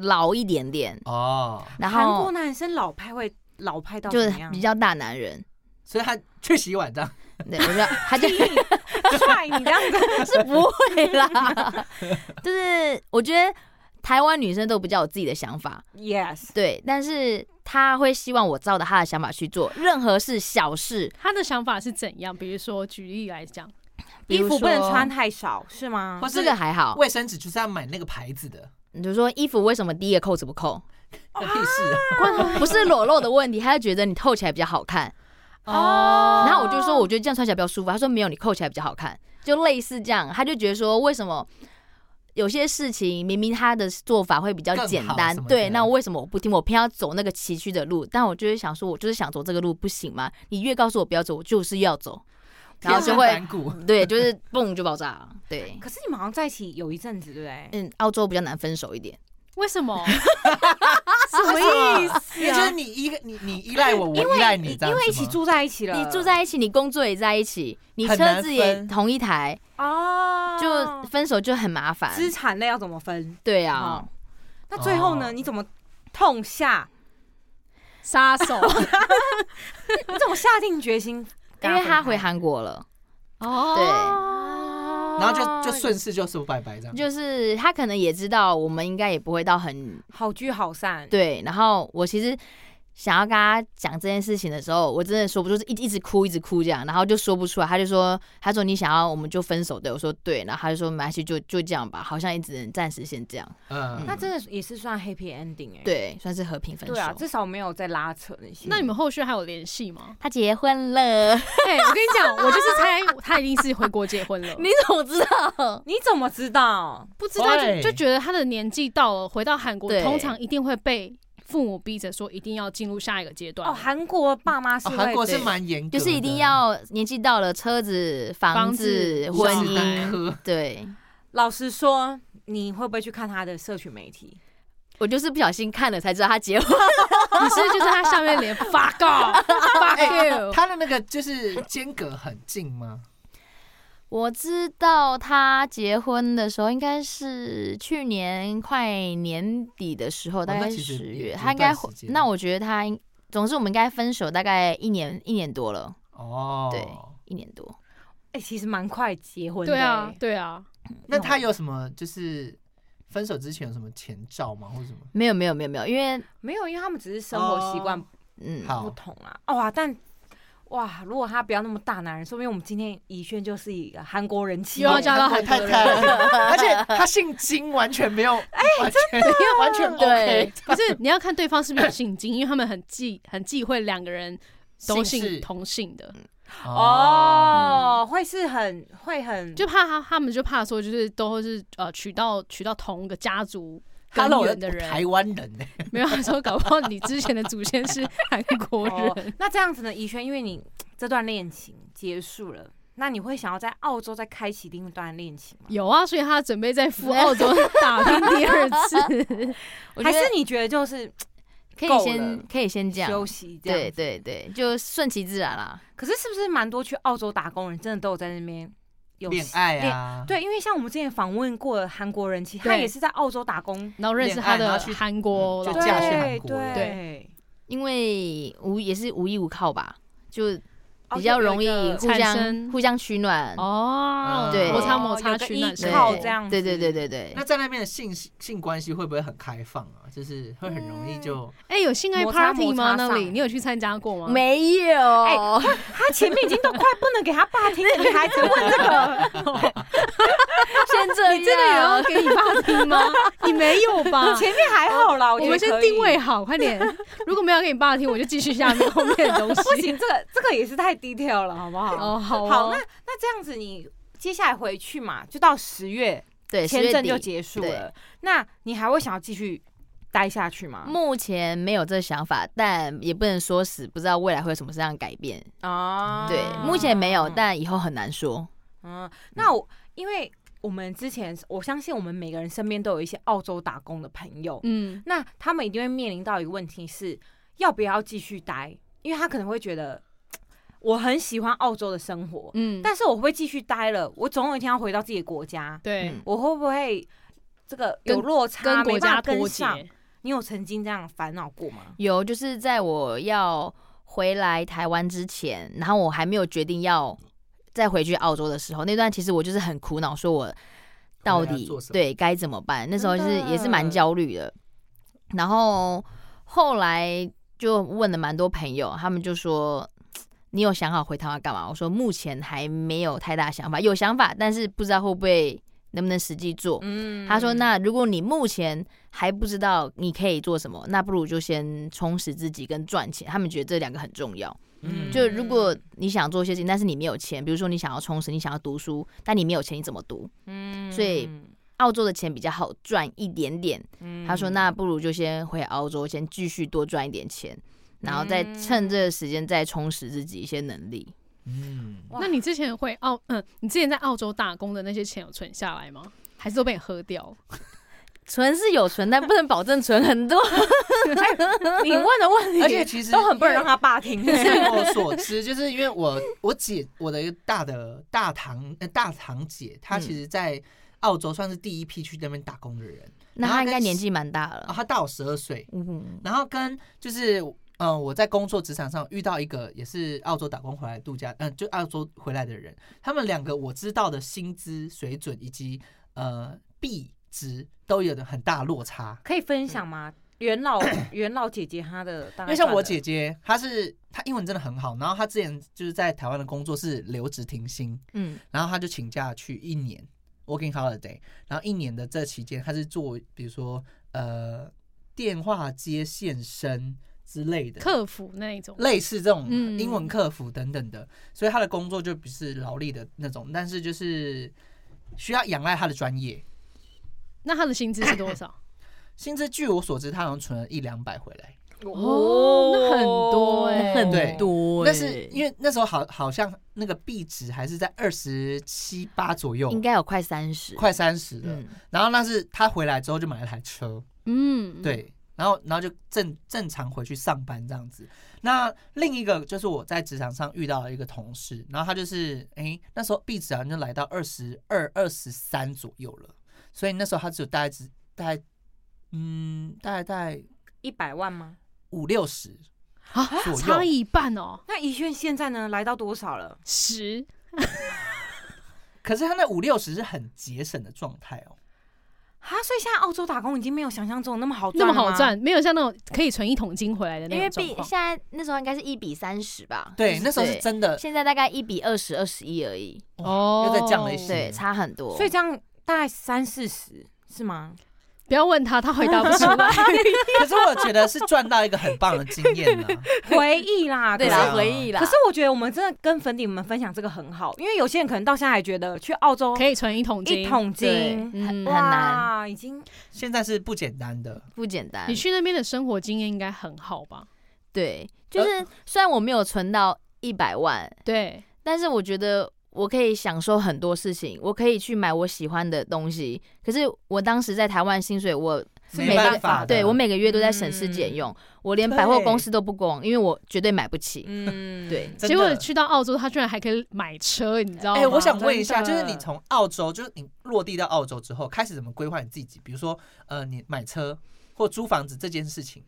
[SPEAKER 6] 老一点点，
[SPEAKER 5] 哦，
[SPEAKER 6] 然
[SPEAKER 4] 韩国
[SPEAKER 6] 后
[SPEAKER 4] 男生老派会老派到
[SPEAKER 6] 就
[SPEAKER 4] 怎
[SPEAKER 6] 是
[SPEAKER 4] 么样
[SPEAKER 6] 比？较大男人。
[SPEAKER 5] 所以他去洗碗这样，
[SPEAKER 6] 对，我知道，他 就
[SPEAKER 4] 帅，你这样子
[SPEAKER 6] 是不会啦， 就是我觉得台湾女生都比较有自己的想法，
[SPEAKER 4] ，yes，
[SPEAKER 6] 对，但是他会希望我照着他的想法去做，任何事小事，
[SPEAKER 3] 他的想法是怎样？比如说，举例来讲，
[SPEAKER 6] 比
[SPEAKER 4] 衣
[SPEAKER 6] 如
[SPEAKER 4] 服不能
[SPEAKER 6] 说
[SPEAKER 4] 穿太少是吗
[SPEAKER 5] 或？是
[SPEAKER 6] 这个还好。
[SPEAKER 5] 卫生纸就是要买那个牌子的，
[SPEAKER 6] 你就说衣服为什么第一个扣子不扣？
[SPEAKER 5] 那屁事啊！
[SPEAKER 6] 不是裸露的问题，他就觉得你扣起来比较好看。
[SPEAKER 4] 哦
[SPEAKER 6] 然后我就说，我觉得这样穿起来比较舒服。他说没有，你扣起来比较好看，就类似这样。他就觉得说，为什么有些事情明明他的做法会比较简
[SPEAKER 5] 更好
[SPEAKER 6] 单
[SPEAKER 5] 什么，的
[SPEAKER 6] 对，那为什么我不听？我偏要走那个崎岖的路？但我就是想说，我就是想走这个路，不行吗？你越告诉我不要走，我就是要 走，然后就
[SPEAKER 5] 天
[SPEAKER 6] 会
[SPEAKER 5] 山反骨
[SPEAKER 6] 对，就是嘣就爆炸了。对，
[SPEAKER 4] 可是你们好像在一起有一阵子，对不对？
[SPEAKER 6] 嗯，澳洲比较难分手一点。
[SPEAKER 3] 为什么？什么意
[SPEAKER 5] 因
[SPEAKER 3] 思
[SPEAKER 5] 为就是
[SPEAKER 3] 啊？
[SPEAKER 5] 你依个你你依赖我，
[SPEAKER 4] 因
[SPEAKER 5] 我依赖
[SPEAKER 4] 为
[SPEAKER 5] 你，这样
[SPEAKER 4] 因为一
[SPEAKER 5] 子
[SPEAKER 4] 起
[SPEAKER 5] 吗
[SPEAKER 4] 住在一起了，
[SPEAKER 6] 你住在一起，你工作也在一起，你
[SPEAKER 5] 很
[SPEAKER 6] 车
[SPEAKER 5] 难
[SPEAKER 6] 子也
[SPEAKER 5] 分
[SPEAKER 6] 同一台，
[SPEAKER 4] 哦，
[SPEAKER 6] 就分手就很麻烦。
[SPEAKER 4] 资产类要怎么分？
[SPEAKER 6] 对啊，
[SPEAKER 4] 那最后呢？
[SPEAKER 5] 哦
[SPEAKER 4] 你怎么痛下？
[SPEAKER 3] 杀手
[SPEAKER 4] 你怎么下定决心？
[SPEAKER 6] 因为他回，韩国了，
[SPEAKER 3] 哦，
[SPEAKER 5] 然后就就顺势就说拜拜这样。
[SPEAKER 6] 就是他可能也知道我们应该也不会到很
[SPEAKER 4] 好聚好散。，
[SPEAKER 6] 对。然后我其实想要跟他讲这件事情的时候，我真的说不出，就是一直一直哭，一直哭这样，然后就说不出来。他就说，他说你想要我们就分手对，我说对，然后他就说没关系，就就这样吧，好像也只能暂时先这样，
[SPEAKER 5] 嗯，
[SPEAKER 4] 那真的也是算 happy ending 哎、
[SPEAKER 6] 对，算是和平分手。
[SPEAKER 4] 对啊，至少没有在拉扯那些。
[SPEAKER 3] 那你们后续还有联系吗？
[SPEAKER 6] 他结婚了，
[SPEAKER 3] 哎、我跟你讲，我就是猜他一定是回国结婚了。
[SPEAKER 6] 你怎么知道？
[SPEAKER 4] 你怎么知道？
[SPEAKER 3] 不知道就
[SPEAKER 5] 会
[SPEAKER 3] 就觉得他的年纪到了，回到韩国，
[SPEAKER 6] 对
[SPEAKER 3] 通常一定会被父母逼着说一定要进入下一个阶段。
[SPEAKER 4] 哦，韩国爸妈是
[SPEAKER 5] 哦
[SPEAKER 4] 会
[SPEAKER 5] 韩国是
[SPEAKER 4] 对
[SPEAKER 5] 蛮严格
[SPEAKER 6] 就
[SPEAKER 5] 的，
[SPEAKER 6] 是一定要年纪到了，车子、房
[SPEAKER 3] 房
[SPEAKER 6] 子、
[SPEAKER 3] 子
[SPEAKER 6] 婚
[SPEAKER 5] 小
[SPEAKER 6] 姻，
[SPEAKER 5] 孩
[SPEAKER 6] 对
[SPEAKER 4] 老实说，你会不会去看他的社群媒体？
[SPEAKER 6] 我就是不小心看了才知道他结婚。
[SPEAKER 3] 你是不是就在他下面连 fuck off，fuck you，
[SPEAKER 5] 哎他的那个就是间隔很近吗？
[SPEAKER 6] 我知道他结婚的时候应该是去年快年底的时候，大
[SPEAKER 5] 那
[SPEAKER 6] 概
[SPEAKER 5] 其实
[SPEAKER 6] 十
[SPEAKER 5] 也
[SPEAKER 6] 月，
[SPEAKER 5] 有
[SPEAKER 6] 他
[SPEAKER 5] 一
[SPEAKER 6] 应该
[SPEAKER 5] 段时
[SPEAKER 6] 会
[SPEAKER 5] 间
[SPEAKER 6] 那我觉得他应，总之我们应该分手大概一年一年多了，
[SPEAKER 5] 哦，
[SPEAKER 6] 对一年多。
[SPEAKER 4] 哎、其实蛮快结婚的、
[SPEAKER 3] 对啊
[SPEAKER 4] 哎，
[SPEAKER 3] 对啊，
[SPEAKER 5] 那他有什么就是分手之前有什么前兆吗，或者什么？
[SPEAKER 6] 没有没有没有没有，因为
[SPEAKER 4] 没有，因为他们只是生活习惯
[SPEAKER 6] 嗯，
[SPEAKER 4] 不
[SPEAKER 5] 好，
[SPEAKER 4] 同啊。哦、哇，但哇，如果他不要那么大男人，说不定我们今天怡轩就是一个韩国人妻。
[SPEAKER 3] 又要嫁到
[SPEAKER 5] 太
[SPEAKER 3] 韩国
[SPEAKER 5] 太
[SPEAKER 3] 人。
[SPEAKER 5] 太，而且他姓金，完全没有，哎，真的
[SPEAKER 3] 欸
[SPEAKER 5] 完全 OK，
[SPEAKER 6] 对
[SPEAKER 3] 可是你要看对方是不是有姓金，因为他们很忌很忌讳两个人都姓同姓的，
[SPEAKER 4] 哦，会是很会很
[SPEAKER 3] 就怕他他们就怕说就是都是呃娶到娶到同一个家族根
[SPEAKER 5] Hello，
[SPEAKER 3] 源的人，
[SPEAKER 5] 台湾人呢？
[SPEAKER 3] 没有他说搞不好你之前的祖先是韩国人。
[SPEAKER 4] 哦那这样子呢，怡轩，因为你这段恋情结束了，那你会想要在澳洲再开启另一段恋情吗？
[SPEAKER 3] 有啊，所以他准备在赴澳洲打拼第二次。
[SPEAKER 6] 我觉
[SPEAKER 4] 还
[SPEAKER 6] 得
[SPEAKER 4] 是你觉得就是
[SPEAKER 6] 可以
[SPEAKER 4] 够
[SPEAKER 6] 先
[SPEAKER 4] 了
[SPEAKER 6] 可以先这样
[SPEAKER 4] 休，息这样？
[SPEAKER 6] 对。对对，就顺其自然啦。
[SPEAKER 4] 可是是不是蛮多去澳洲打工人真的都有在那边有
[SPEAKER 5] 恋爱？啊，
[SPEAKER 4] 对，因为像我们之前访问过的韩国人，其实他
[SPEAKER 3] 对
[SPEAKER 4] 也是在澳洲打工，
[SPEAKER 3] 然后认识他
[SPEAKER 5] 恋爱然
[SPEAKER 3] 的
[SPEAKER 5] 后去
[SPEAKER 3] 韩国老
[SPEAKER 5] 就
[SPEAKER 3] 公，
[SPEAKER 5] 嫁去韩国
[SPEAKER 4] 对
[SPEAKER 5] 了
[SPEAKER 4] 对，
[SPEAKER 6] 因为无也是无依无靠吧，就
[SPEAKER 4] 哦
[SPEAKER 6] 比较
[SPEAKER 4] 有
[SPEAKER 6] 容易
[SPEAKER 4] 有一个
[SPEAKER 6] 互
[SPEAKER 3] 产
[SPEAKER 6] 相
[SPEAKER 3] 生
[SPEAKER 6] 互相取暖。
[SPEAKER 3] 哦，
[SPEAKER 5] 对
[SPEAKER 3] 摩擦摩
[SPEAKER 4] 嗯有
[SPEAKER 3] 擦
[SPEAKER 4] 个
[SPEAKER 3] 取
[SPEAKER 4] 依
[SPEAKER 3] 暖
[SPEAKER 6] 对
[SPEAKER 4] 靠这样
[SPEAKER 6] 对对
[SPEAKER 4] 子
[SPEAKER 6] 对对对
[SPEAKER 5] 那。在那边的性性关系会不会很开放啊？就是会很容易就
[SPEAKER 3] 哎、有性爱
[SPEAKER 4] 摩擦
[SPEAKER 3] party
[SPEAKER 4] 摩
[SPEAKER 3] 吗？
[SPEAKER 4] 擦
[SPEAKER 3] 那里
[SPEAKER 4] 上
[SPEAKER 3] 你有去参加过吗？
[SPEAKER 6] 没有，哎
[SPEAKER 4] 他前面已经都快不能给他爸听了，你还只问这个？
[SPEAKER 6] 先这样，
[SPEAKER 3] 你真的有要给你 爸听吗？你没有吧？
[SPEAKER 4] 前面还好
[SPEAKER 6] 哦
[SPEAKER 4] 啦，
[SPEAKER 3] 我
[SPEAKER 4] 觉得
[SPEAKER 3] 们先
[SPEAKER 4] 可以
[SPEAKER 3] 定位。好，快点。如果没有给你爸听，我就继续下面后面的东
[SPEAKER 4] 不
[SPEAKER 3] 西。
[SPEAKER 4] 行，这个这个也是太 detail 了，好不好？
[SPEAKER 3] 哦，好哦
[SPEAKER 4] 好，那那这样子，你接下来回去嘛，就到十月
[SPEAKER 6] 对
[SPEAKER 4] 签证就。
[SPEAKER 6] 10月底
[SPEAKER 4] 结束了。那你还会想要继续待下去吗？
[SPEAKER 6] 目前没有这想法，但也不能说死，不知道未来会有什么样的改变。
[SPEAKER 4] 啊
[SPEAKER 6] 对，目前没有，但以后很难说。
[SPEAKER 4] 嗯，那我因为我们之前，我相信我们每个人身边都有一些澳洲打工的朋友，
[SPEAKER 3] 嗯，
[SPEAKER 4] 那他们一定会面临到一个问题是，要不要继续待？因为他可能会觉得，我很喜欢澳洲的生活，
[SPEAKER 3] 嗯，
[SPEAKER 4] 但是我会不会继续待了，我总有一天要回到自己的国家，
[SPEAKER 3] 对，
[SPEAKER 6] 嗯
[SPEAKER 4] 我会不会这个有
[SPEAKER 3] 跟
[SPEAKER 4] 落差，
[SPEAKER 3] 跟国
[SPEAKER 4] 没办
[SPEAKER 3] 家
[SPEAKER 4] 法跟
[SPEAKER 3] 脱
[SPEAKER 4] 上？
[SPEAKER 3] 节。
[SPEAKER 4] 你有曾经这样烦恼过吗？
[SPEAKER 6] 有，就是在我要回来台湾之前，然后我还没有决定要再回去澳洲的时候，那段其实我就是很苦恼，说我到
[SPEAKER 5] 回来要
[SPEAKER 6] 底
[SPEAKER 5] 做什么
[SPEAKER 6] 对该怎么办？那时候
[SPEAKER 4] 真
[SPEAKER 6] 是
[SPEAKER 4] 的
[SPEAKER 6] 也是蛮焦虑的。然后后来就问了蛮多朋友，他们就说你有想好回台湾干嘛？我说目前还没有太大想法，有想法，但是不知道会不会能不能实际做。
[SPEAKER 4] 嗯
[SPEAKER 6] 他说：“那如果你目前还不知道你可以做什么，那不如就先充实自己跟赚钱。他们觉得这两个很重要。
[SPEAKER 5] 嗯
[SPEAKER 6] 就如果你想做一些事情，但是你没有钱，比如说你想要充实，你想要读书，但你没有钱，你怎么读？
[SPEAKER 4] 嗯
[SPEAKER 6] 所以澳洲的钱比较好赚一点点。
[SPEAKER 4] 嗯
[SPEAKER 6] 他说：“那不如就先回澳洲，先继续多赚一点钱，然后再趁这个时间再充实自己一些能力。
[SPEAKER 5] 嗯，
[SPEAKER 4] 哇
[SPEAKER 3] 那你之前回澳，嗯，你之前在澳洲打工的那些钱有存下来吗？还是都被你喝掉？
[SPEAKER 6] 存是有存，但不能保证存很多。
[SPEAKER 4] 你问的问题，
[SPEAKER 5] 而且其实
[SPEAKER 4] 都很不能让他爸听。
[SPEAKER 5] 据我所知，就是因为我我姐我的一个大的大堂呃大堂姐，
[SPEAKER 4] 嗯
[SPEAKER 5] 她其实，在澳洲算是第一批去那边打工的人，
[SPEAKER 6] 那
[SPEAKER 5] 然后
[SPEAKER 6] 他应该
[SPEAKER 5] 跟
[SPEAKER 6] 年纪蛮大了。
[SPEAKER 5] 啊，她大我十二岁，
[SPEAKER 6] 嗯，
[SPEAKER 5] 然后跟就是嗯、呃我在工作职场上遇到一个也是澳洲打工回来度假，嗯、就澳洲回来的人，他们两个我知道的薪资水准以及呃币值都有的很大落差。
[SPEAKER 4] 可以分享吗？元 老元老姐姐她的大概
[SPEAKER 5] 因为像
[SPEAKER 4] 赚
[SPEAKER 5] 我
[SPEAKER 4] 了
[SPEAKER 5] 姐姐，她是她英文真的很好，然后她之前就是在台湾的工作是留职停薪，
[SPEAKER 6] 嗯，
[SPEAKER 5] 然后她就请假去一年 working holiday，然后一年的这期间，她是做比如说呃电话接线生之类的，
[SPEAKER 3] 客服那一种，
[SPEAKER 5] 类似这种
[SPEAKER 3] 嗯
[SPEAKER 5] 英文客服等等的，所以他的工作就不是劳力的那种，但是就是需要仰赖他的专业。
[SPEAKER 3] 那他的薪资是多少？
[SPEAKER 5] 薪资据我所知，他好像存了一两百回来，
[SPEAKER 3] 哦那很多欸
[SPEAKER 4] 很
[SPEAKER 5] 对
[SPEAKER 6] 多
[SPEAKER 5] 但是因
[SPEAKER 6] 为
[SPEAKER 5] 为那时候好好像那个币值还是在二十七八左右
[SPEAKER 6] 应，该有快三十，
[SPEAKER 5] 快三十了。
[SPEAKER 6] 嗯，
[SPEAKER 5] 然后那是他回来之后就买了台车，
[SPEAKER 3] 嗯，，
[SPEAKER 5] 对，然后然后就正正常回去上班这样子。那另一个就是我在职场上遇到了一个同事，然后他就是哎、诶那时候币值好像就来到二十二、二十三左右了，所以那时候他只有大概只大概嗯大概大概
[SPEAKER 4] 一百万吗？
[SPEAKER 5] 五六十
[SPEAKER 3] 啊
[SPEAKER 5] 左右
[SPEAKER 3] 差了一半哦，
[SPEAKER 4] 那怡轩现在呢，来到多少了？
[SPEAKER 3] 十
[SPEAKER 5] 可是他那五六十是很节省的状态哦，
[SPEAKER 4] 啊，所以现在澳洲打工已经没有想象中那么好
[SPEAKER 3] 那
[SPEAKER 4] 赚，
[SPEAKER 3] 么好。赚，没有像那种可以存一桶金回来的那
[SPEAKER 6] 因为
[SPEAKER 3] 种
[SPEAKER 6] 比
[SPEAKER 3] 状况
[SPEAKER 6] 现。在那时候应该是一比三十吧，
[SPEAKER 5] 对，
[SPEAKER 6] 就
[SPEAKER 5] 那时候是
[SPEAKER 6] 对
[SPEAKER 5] 真的
[SPEAKER 6] 现在大概一比二十、二十一而已，
[SPEAKER 3] 哦
[SPEAKER 5] 又再降了一些
[SPEAKER 6] 对，差很多。
[SPEAKER 4] 所以这样大概三四十是 吗？
[SPEAKER 3] 不要问他，他回答不出 来。
[SPEAKER 5] 可是我觉得是赚到一个很棒的经验啊啦。
[SPEAKER 4] 回忆啦，
[SPEAKER 6] 对
[SPEAKER 4] 可
[SPEAKER 5] 对
[SPEAKER 4] 是
[SPEAKER 5] 啊
[SPEAKER 6] 啦，回忆啦。
[SPEAKER 4] 可是我觉得我们真的跟粉底们分享这个很好，因为有些人可能到现在还觉得去澳洲
[SPEAKER 3] 可以存一桶金，
[SPEAKER 4] 一桶
[SPEAKER 6] 对，
[SPEAKER 4] 金
[SPEAKER 6] 很很
[SPEAKER 3] 嗯
[SPEAKER 6] 难，
[SPEAKER 4] 哇，已经
[SPEAKER 5] 现在是不简单的，
[SPEAKER 6] 不简单
[SPEAKER 3] 你。去那边的生活经验应该很好吧？
[SPEAKER 6] 对，
[SPEAKER 5] 呃
[SPEAKER 6] 就是虽然我没有存到一百万，
[SPEAKER 3] 对，
[SPEAKER 6] 但是我觉得我可以享受很多事情，我可以去买我喜欢的东西。可是我当时在台湾薪水，我
[SPEAKER 5] 没
[SPEAKER 6] 每个
[SPEAKER 5] 办法的嗯
[SPEAKER 6] 对我每个月都在省吃俭用，我连百货公司都不逛，因为我绝对买不起。
[SPEAKER 4] 嗯
[SPEAKER 6] 对
[SPEAKER 5] 真的
[SPEAKER 3] 结果去到澳洲，他居然还可以买车，你知道吗？
[SPEAKER 5] 哎、我想问一下，就
[SPEAKER 4] 真
[SPEAKER 5] 是
[SPEAKER 4] 的
[SPEAKER 5] 你从澳洲，就是你落地到澳洲之后，开始怎么规划你自己？比如说，呃，你买车或租房子这件事情，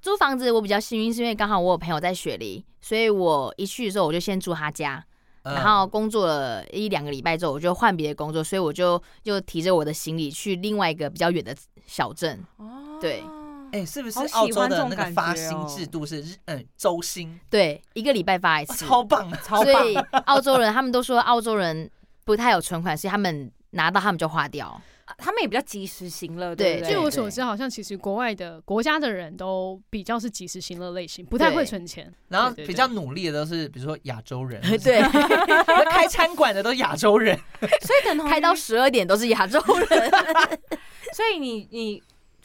[SPEAKER 6] 租房子我比较幸运，是因为刚好我有朋友在雪梨，所以我一去的时候我就先住他家，
[SPEAKER 5] 呃、
[SPEAKER 6] 然后工作了一两个礼拜之后，我就换别的工作，所以我就又提着我的行李去另外一个比较远的小镇。
[SPEAKER 4] 哦
[SPEAKER 6] 对
[SPEAKER 5] 哎、是不是
[SPEAKER 4] 好喜欢
[SPEAKER 5] 澳洲
[SPEAKER 4] 这
[SPEAKER 5] 的
[SPEAKER 4] 种
[SPEAKER 5] 那
[SPEAKER 4] 感
[SPEAKER 5] 个
[SPEAKER 4] 觉
[SPEAKER 5] 发薪
[SPEAKER 4] 哦
[SPEAKER 5] 制度是日嗯周薪、
[SPEAKER 6] 对，一个礼拜发一
[SPEAKER 5] 哇
[SPEAKER 4] 哦
[SPEAKER 6] 次，
[SPEAKER 5] 超棒啊！
[SPEAKER 4] 超
[SPEAKER 6] 所
[SPEAKER 4] 棒
[SPEAKER 6] 以澳洲人他们都说澳洲人不太有存款，所以他们拿到他们就花掉。
[SPEAKER 4] 他们也比较及时行乐，
[SPEAKER 6] 对
[SPEAKER 4] 不
[SPEAKER 3] 据
[SPEAKER 4] 对？
[SPEAKER 3] 我所知，好像其实国外的国家的人都比较是及时行乐类型，不太
[SPEAKER 6] 对
[SPEAKER 3] 会存钱。
[SPEAKER 5] 然后
[SPEAKER 3] 对对
[SPEAKER 5] 比较努力的都是，比如说亚洲人，
[SPEAKER 6] 对，
[SPEAKER 5] 开餐馆的都是亚洲人，
[SPEAKER 4] 所以等同于
[SPEAKER 6] 开到十二点都是亚洲人。
[SPEAKER 4] 所以你你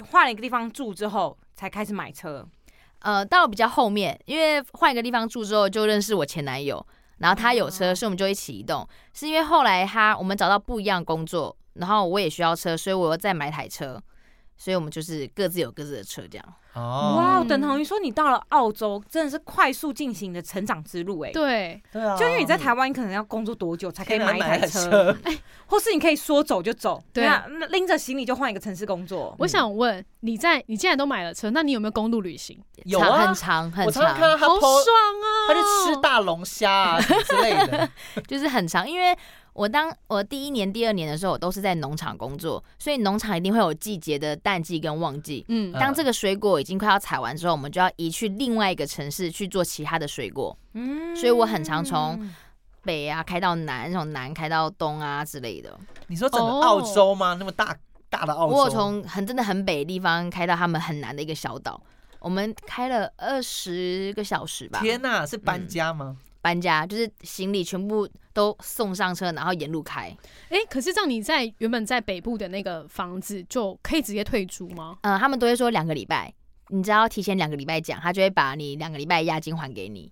[SPEAKER 4] 换了一个地方住之后，才开始买车。
[SPEAKER 6] 呃，到比较后面，因为换一个地方住之后，就认识我前男友，然后他有车，
[SPEAKER 4] 哦
[SPEAKER 6] 所以我们就一起移动。是因为后来他我们找到不一样的工作，然后我也需要车，所以我又再买台车，所以我们就是各自有各自的车这样。
[SPEAKER 5] 哦，
[SPEAKER 4] 哇，等同于说你到了澳洲，真的是快速进行的成长之路哎、
[SPEAKER 3] 对，
[SPEAKER 5] 对啊，
[SPEAKER 4] 就因为你在台湾，你可能要工作多久才可以
[SPEAKER 5] 天
[SPEAKER 4] 买
[SPEAKER 5] 然
[SPEAKER 4] 一台
[SPEAKER 5] 买了
[SPEAKER 4] 车， 哎
[SPEAKER 5] 车，
[SPEAKER 4] 或是你可以说走就走，
[SPEAKER 3] 对
[SPEAKER 4] 那那拎着行李就换一个城市工作。
[SPEAKER 3] 我想问你在你既然都买了车，那你有没有公路旅行？
[SPEAKER 5] 有
[SPEAKER 6] 长
[SPEAKER 5] 啊
[SPEAKER 6] 很，长很
[SPEAKER 5] 我常常看
[SPEAKER 6] 长。
[SPEAKER 5] 到他
[SPEAKER 3] 好
[SPEAKER 5] po，
[SPEAKER 3] 爽啊！
[SPEAKER 5] 他去吃大大龙虾啊什么之类 的。
[SPEAKER 6] 就是很长，因为我当我第一年、第二年的时候，我都是在农场工作，所以农场一定会有季节的淡季跟旺季。
[SPEAKER 3] 嗯，
[SPEAKER 6] 当这个水果已经快要采完之后，我们就要移去另外一个城市去做其他的水果，
[SPEAKER 4] 嗯
[SPEAKER 6] 所以我很常从北啊开到南，从南开到东啊之类的。
[SPEAKER 5] 你说整
[SPEAKER 4] 哦
[SPEAKER 5] 个澳洲吗？那么大大的澳洲，
[SPEAKER 6] 我有从很真的很北的地方开到他们很南的一个小岛，我们开了二十个小时吧。
[SPEAKER 5] 天哪、是
[SPEAKER 4] 嗯
[SPEAKER 5] 搬家吗？
[SPEAKER 6] 搬家就是行李全部都送上车，然后沿路开。
[SPEAKER 3] 哎、可是这样你在原本在北部的那个房子就可以直接退租吗？
[SPEAKER 6] 嗯，他们都会说两个礼拜，你只要提前两个礼拜讲，他就会把你两个礼拜押金还给你。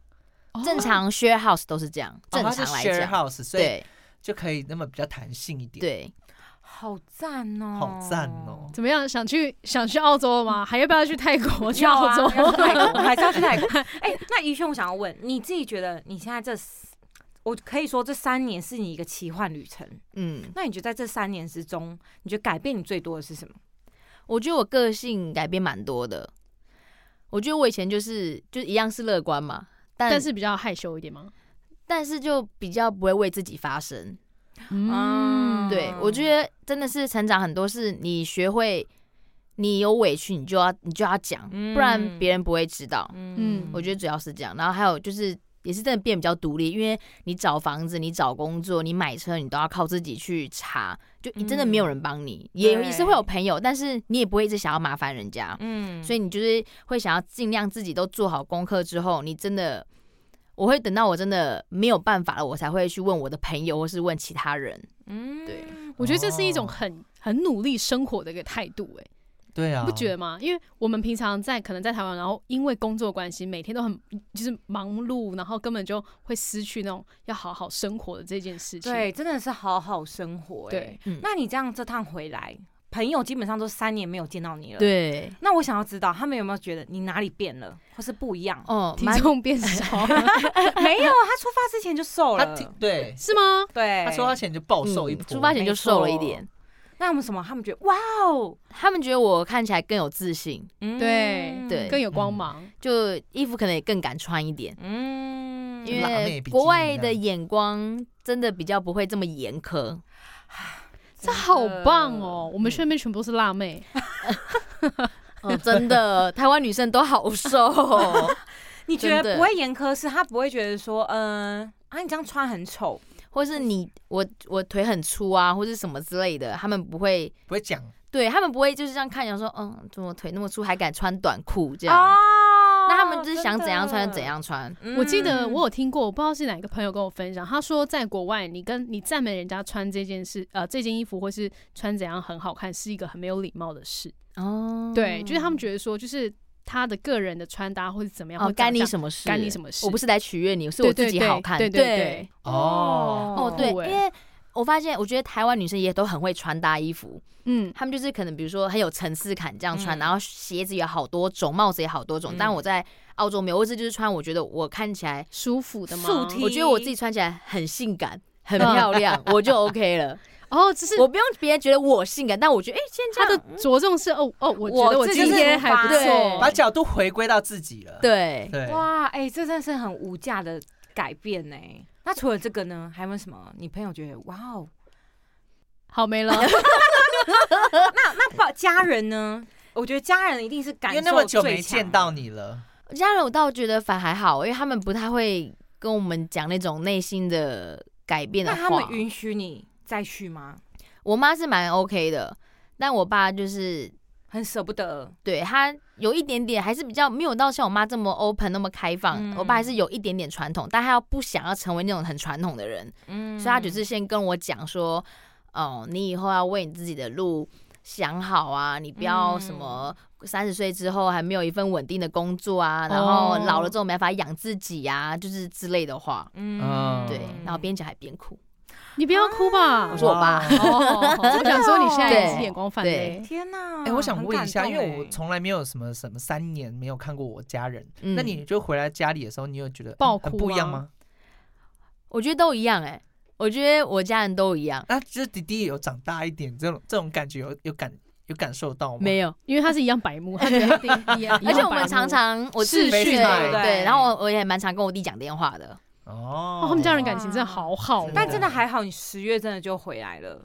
[SPEAKER 6] 哦正常 share house 都是这样，正
[SPEAKER 5] 哦哦它
[SPEAKER 6] 常来
[SPEAKER 5] 是 share
[SPEAKER 6] 讲，
[SPEAKER 5] house，所以
[SPEAKER 6] 对
[SPEAKER 5] 就可以那么比较弹性一点。
[SPEAKER 6] 对，
[SPEAKER 4] 好赞哦，
[SPEAKER 5] 好赞哦！
[SPEAKER 3] 怎么样？想去想去澳洲了吗？还要不要去泰 国？去
[SPEAKER 4] 要
[SPEAKER 3] 澳
[SPEAKER 4] 啊
[SPEAKER 3] 洲？
[SPEAKER 4] 要去泰国，还是要去泰国？哎、那于轩，我想要问，你自己觉得你现在这，我可以说这三年是你一个奇幻旅程。
[SPEAKER 6] 嗯，
[SPEAKER 4] 那你觉得在这三年之中，你觉得改变你最多的是什么？
[SPEAKER 6] 我觉得我个性改变蛮多的。我觉得我以前就是就一样是乐观嘛，但
[SPEAKER 3] 但是比较害羞一点吗？
[SPEAKER 6] 但是就比较不会为自己发声。
[SPEAKER 4] 嗯
[SPEAKER 6] 对，我觉得真的是成长很多，是你学会你有委屈，你就要你就要讲，不然
[SPEAKER 4] 嗯
[SPEAKER 6] 别人不会知道。
[SPEAKER 3] 嗯
[SPEAKER 6] 我觉得主要是这样，然后还有就是也是真的变比较独立，因为你找房子、你找工作、你买车，你都要靠自己去查，就你真的没有人帮你，也
[SPEAKER 4] 嗯对
[SPEAKER 6] 也是会有朋友，但是你也不会一直想要麻烦人家，
[SPEAKER 4] 嗯
[SPEAKER 6] 所以你就是会想要尽量自己都做好功课之后，你真的。我会等到我真的没有办法了，我才会去问我的朋友，或是问其他人。
[SPEAKER 4] 嗯
[SPEAKER 6] 对
[SPEAKER 3] 我觉得这是一种
[SPEAKER 5] 哦
[SPEAKER 3] 很很努力生活的一个态度、哎。
[SPEAKER 5] 对啊，
[SPEAKER 3] 你不觉得吗？因为我们平常在可能在台湾，然后因为工作关系，每天都很就是忙碌，然后根本就会失去那种要好好生活的这件事情。
[SPEAKER 4] 对，真的是好好生活、哎
[SPEAKER 3] 对，
[SPEAKER 6] 嗯
[SPEAKER 4] 那你这样这趟回来，朋友基本上都三年没有见到你了。。
[SPEAKER 6] 对，
[SPEAKER 4] 那我想要知道，他们有没有觉得你哪里变了，或是不一样？
[SPEAKER 6] 哦，
[SPEAKER 3] 体
[SPEAKER 6] 蛮
[SPEAKER 3] 重变少了
[SPEAKER 4] 没有啊，他出发之前就瘦
[SPEAKER 5] 他
[SPEAKER 4] 了。
[SPEAKER 5] 听对，
[SPEAKER 3] 是吗？
[SPEAKER 4] 对，
[SPEAKER 5] 他说他前就暴
[SPEAKER 6] 嗯
[SPEAKER 5] 瘦一波，
[SPEAKER 6] 出发前就
[SPEAKER 4] 没
[SPEAKER 6] 瘦了一
[SPEAKER 4] 错
[SPEAKER 6] 点。
[SPEAKER 4] 那他们什么？他们觉得哇哦，
[SPEAKER 6] 他们觉得我看起来更有自信，
[SPEAKER 4] 嗯
[SPEAKER 3] 对
[SPEAKER 6] 对嗯
[SPEAKER 3] 更有光芒。
[SPEAKER 6] 就衣服可能也更敢穿一点，
[SPEAKER 4] 嗯，
[SPEAKER 6] 因
[SPEAKER 5] 辣
[SPEAKER 6] 为
[SPEAKER 5] 妹比基尼
[SPEAKER 6] 国外
[SPEAKER 5] 这
[SPEAKER 6] 的
[SPEAKER 5] 样
[SPEAKER 6] 眼光真的比较不会这么严 苛。
[SPEAKER 3] 这好棒哦！我
[SPEAKER 6] 嗯
[SPEAKER 3] 们身边全部都是辣妹，
[SPEAKER 6] 哦，真的，台湾女生都好瘦，
[SPEAKER 4] 你觉
[SPEAKER 6] 真
[SPEAKER 4] 得
[SPEAKER 6] 的
[SPEAKER 4] 不会严苛，是他不会觉得说，嗯、啊，你这样穿很丑，
[SPEAKER 6] 或是你我我腿很粗啊，或是什么之类的，他们不会，
[SPEAKER 5] 不会讲，
[SPEAKER 6] 对他们不会就是这样看，想说，嗯，怎么腿那么粗还敢穿短裤这样？
[SPEAKER 4] 哦
[SPEAKER 6] 那他们就是想怎样穿就
[SPEAKER 4] 真的
[SPEAKER 6] 怎样穿。
[SPEAKER 4] 嗯
[SPEAKER 3] 我记得我有听过，我不知道是哪个朋友跟我分享，他说在国外，你跟你赞美人家穿这件事，呃，这件衣服或是穿怎样很好看，是一个很没有礼貌的事。
[SPEAKER 6] 哦，
[SPEAKER 3] 对，就是他们觉得说，就是他的个人的穿搭或者怎么样，
[SPEAKER 6] 哦，干你
[SPEAKER 3] 么
[SPEAKER 6] 什么事？
[SPEAKER 3] 干你什么事，
[SPEAKER 6] 我不是来取悦你，是
[SPEAKER 3] 对
[SPEAKER 6] 我自己
[SPEAKER 3] 对
[SPEAKER 6] 好看。
[SPEAKER 3] 对对对。
[SPEAKER 5] 哦
[SPEAKER 6] 哦，对，
[SPEAKER 3] 酷欸
[SPEAKER 6] 因为我发现，我觉得台湾女生也都很会穿搭衣服，
[SPEAKER 3] 嗯，
[SPEAKER 6] 她们就是可能比如说很有层次感这样穿，
[SPEAKER 4] 嗯
[SPEAKER 6] 然后鞋子也好多种，帽子也好多种。
[SPEAKER 4] 嗯
[SPEAKER 6] 但我在澳洲没有，我只就是穿，我觉得我看起来，
[SPEAKER 3] 舒服的吗？
[SPEAKER 4] 素 T
[SPEAKER 6] 我觉得我自己穿起来很性感。很
[SPEAKER 4] 嗯
[SPEAKER 6] 漂亮，我就 OK 了。
[SPEAKER 3] 哦，只是
[SPEAKER 6] 我不用别人觉得我性感，但我觉得哎，今天
[SPEAKER 3] 他
[SPEAKER 6] 这
[SPEAKER 3] 的
[SPEAKER 6] 样
[SPEAKER 3] 着重是哦哦，我觉
[SPEAKER 4] 我
[SPEAKER 3] 得我
[SPEAKER 4] 自
[SPEAKER 3] 今
[SPEAKER 4] 己
[SPEAKER 3] 天
[SPEAKER 4] 出
[SPEAKER 3] 还
[SPEAKER 4] 发
[SPEAKER 3] 不
[SPEAKER 6] 对
[SPEAKER 5] 哦把
[SPEAKER 3] 错，
[SPEAKER 5] 角度回归到自己了。
[SPEAKER 6] 对，
[SPEAKER 5] 对，
[SPEAKER 4] 哇，哎、这真的是很无价的改变呢、那除了这个呢，还有没有什么？你朋友觉得哇哦，
[SPEAKER 3] 好没 了。
[SPEAKER 4] 那那爸家人呢？我觉得家人一定是感
[SPEAKER 5] 因
[SPEAKER 4] 受
[SPEAKER 5] 为那么久
[SPEAKER 4] 最
[SPEAKER 5] 没
[SPEAKER 4] 强
[SPEAKER 5] 见到你了，
[SPEAKER 6] 家人我倒觉得反还好，因为他们不太会跟我们讲那种内心的改变的
[SPEAKER 4] 那
[SPEAKER 6] 话。
[SPEAKER 4] 他们允许你再去吗？
[SPEAKER 6] 我妈是蛮 OK 的，但我爸就是
[SPEAKER 4] 很舍不得，
[SPEAKER 6] 对他有一点点还是比较没有到像我妈这么 open 那么开放，
[SPEAKER 4] 嗯
[SPEAKER 6] 我爸还是有一点点传统，但他要不想要成为那种很传统的人，
[SPEAKER 4] 嗯
[SPEAKER 6] 所以他只是先跟我讲说，哦、你以后要为你自己的路想好啊，你不要什么三十岁之后还没有一份稳定的工作啊，然后
[SPEAKER 3] 哦
[SPEAKER 6] 老了之后没办法养自己啊，就是之类的话。
[SPEAKER 5] 嗯
[SPEAKER 6] 对，然后边讲还边哭，
[SPEAKER 3] 你不要哭吧
[SPEAKER 6] 我。说我爸，
[SPEAKER 5] 哇
[SPEAKER 3] 哦，我想说你现在也是
[SPEAKER 6] 啊对
[SPEAKER 3] 眼光泛泪
[SPEAKER 6] 对。
[SPEAKER 4] 天哪！
[SPEAKER 5] 哎、我想
[SPEAKER 4] 很
[SPEAKER 5] 问一
[SPEAKER 4] 感
[SPEAKER 5] 下，
[SPEAKER 4] 动
[SPEAKER 5] 因为我
[SPEAKER 4] 哎
[SPEAKER 5] 从来没有什么什么三年没有看过我家人，
[SPEAKER 6] 嗯
[SPEAKER 5] 那你就回来家里的时候，你有觉得嗯
[SPEAKER 3] 爆
[SPEAKER 5] 很
[SPEAKER 3] 哭啊
[SPEAKER 5] 不一样
[SPEAKER 3] 吗
[SPEAKER 5] 吗？
[SPEAKER 6] 我觉得都一样哎、我觉得我家人都一样，
[SPEAKER 5] 啊，就是弟弟有长大一点，这种这种感觉有有感有感受到吗？
[SPEAKER 6] 没有。
[SPEAKER 3] 因为他是一样白目，他觉得他 一定一样，
[SPEAKER 6] 而且我们常常我
[SPEAKER 3] 视
[SPEAKER 6] 对
[SPEAKER 3] 讯
[SPEAKER 5] 嘛
[SPEAKER 6] 对
[SPEAKER 4] 对
[SPEAKER 6] 然后我我也蛮常跟我弟讲电话的，
[SPEAKER 5] 哦
[SPEAKER 3] 哦，他们家人感情真的好好哦，
[SPEAKER 4] 但真的
[SPEAKER 5] 对
[SPEAKER 4] 还好，你十月真的就回来了，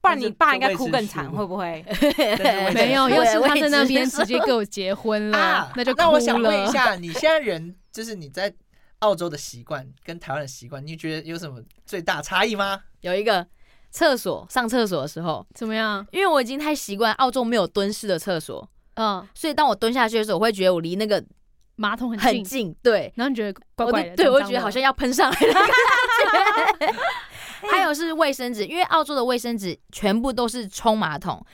[SPEAKER 4] 不然
[SPEAKER 5] 但是
[SPEAKER 4] 你爸
[SPEAKER 5] 就
[SPEAKER 4] 应该
[SPEAKER 5] 未
[SPEAKER 4] 哭
[SPEAKER 5] 知
[SPEAKER 4] 更
[SPEAKER 5] 数
[SPEAKER 4] 惨，会不会？
[SPEAKER 3] 没有，
[SPEAKER 6] 对
[SPEAKER 3] 要是
[SPEAKER 6] 我
[SPEAKER 3] 他
[SPEAKER 6] 也
[SPEAKER 3] 在那
[SPEAKER 6] 只
[SPEAKER 3] 边
[SPEAKER 6] 是
[SPEAKER 3] 直接跟我结婚了
[SPEAKER 5] 啊，，
[SPEAKER 3] 嗯就哭
[SPEAKER 5] 那我想问
[SPEAKER 3] 了
[SPEAKER 5] 一。下，你现在人就是你在澳洲的习惯跟台湾的习惯，你觉得有什么最大差异吗？
[SPEAKER 6] 有一个厕所上厕所的时候，
[SPEAKER 3] 怎么样？
[SPEAKER 6] 因为我已经太习惯澳洲没有蹲式的厕所，
[SPEAKER 3] 嗯，
[SPEAKER 6] 所以当我蹲下去的时候，我会觉得我离那个
[SPEAKER 3] 马桶很
[SPEAKER 6] 很
[SPEAKER 3] 近，
[SPEAKER 6] 近，对，
[SPEAKER 3] 然后你觉得怪
[SPEAKER 6] 我
[SPEAKER 3] 怪
[SPEAKER 6] 就
[SPEAKER 3] 的，
[SPEAKER 6] 对
[SPEAKER 3] 脏
[SPEAKER 6] 我就
[SPEAKER 3] 脏
[SPEAKER 6] 觉得
[SPEAKER 3] 的
[SPEAKER 6] 好像要喷上来的感觉。 还有是卫生纸，因为澳洲的卫生纸全部都是冲马桶，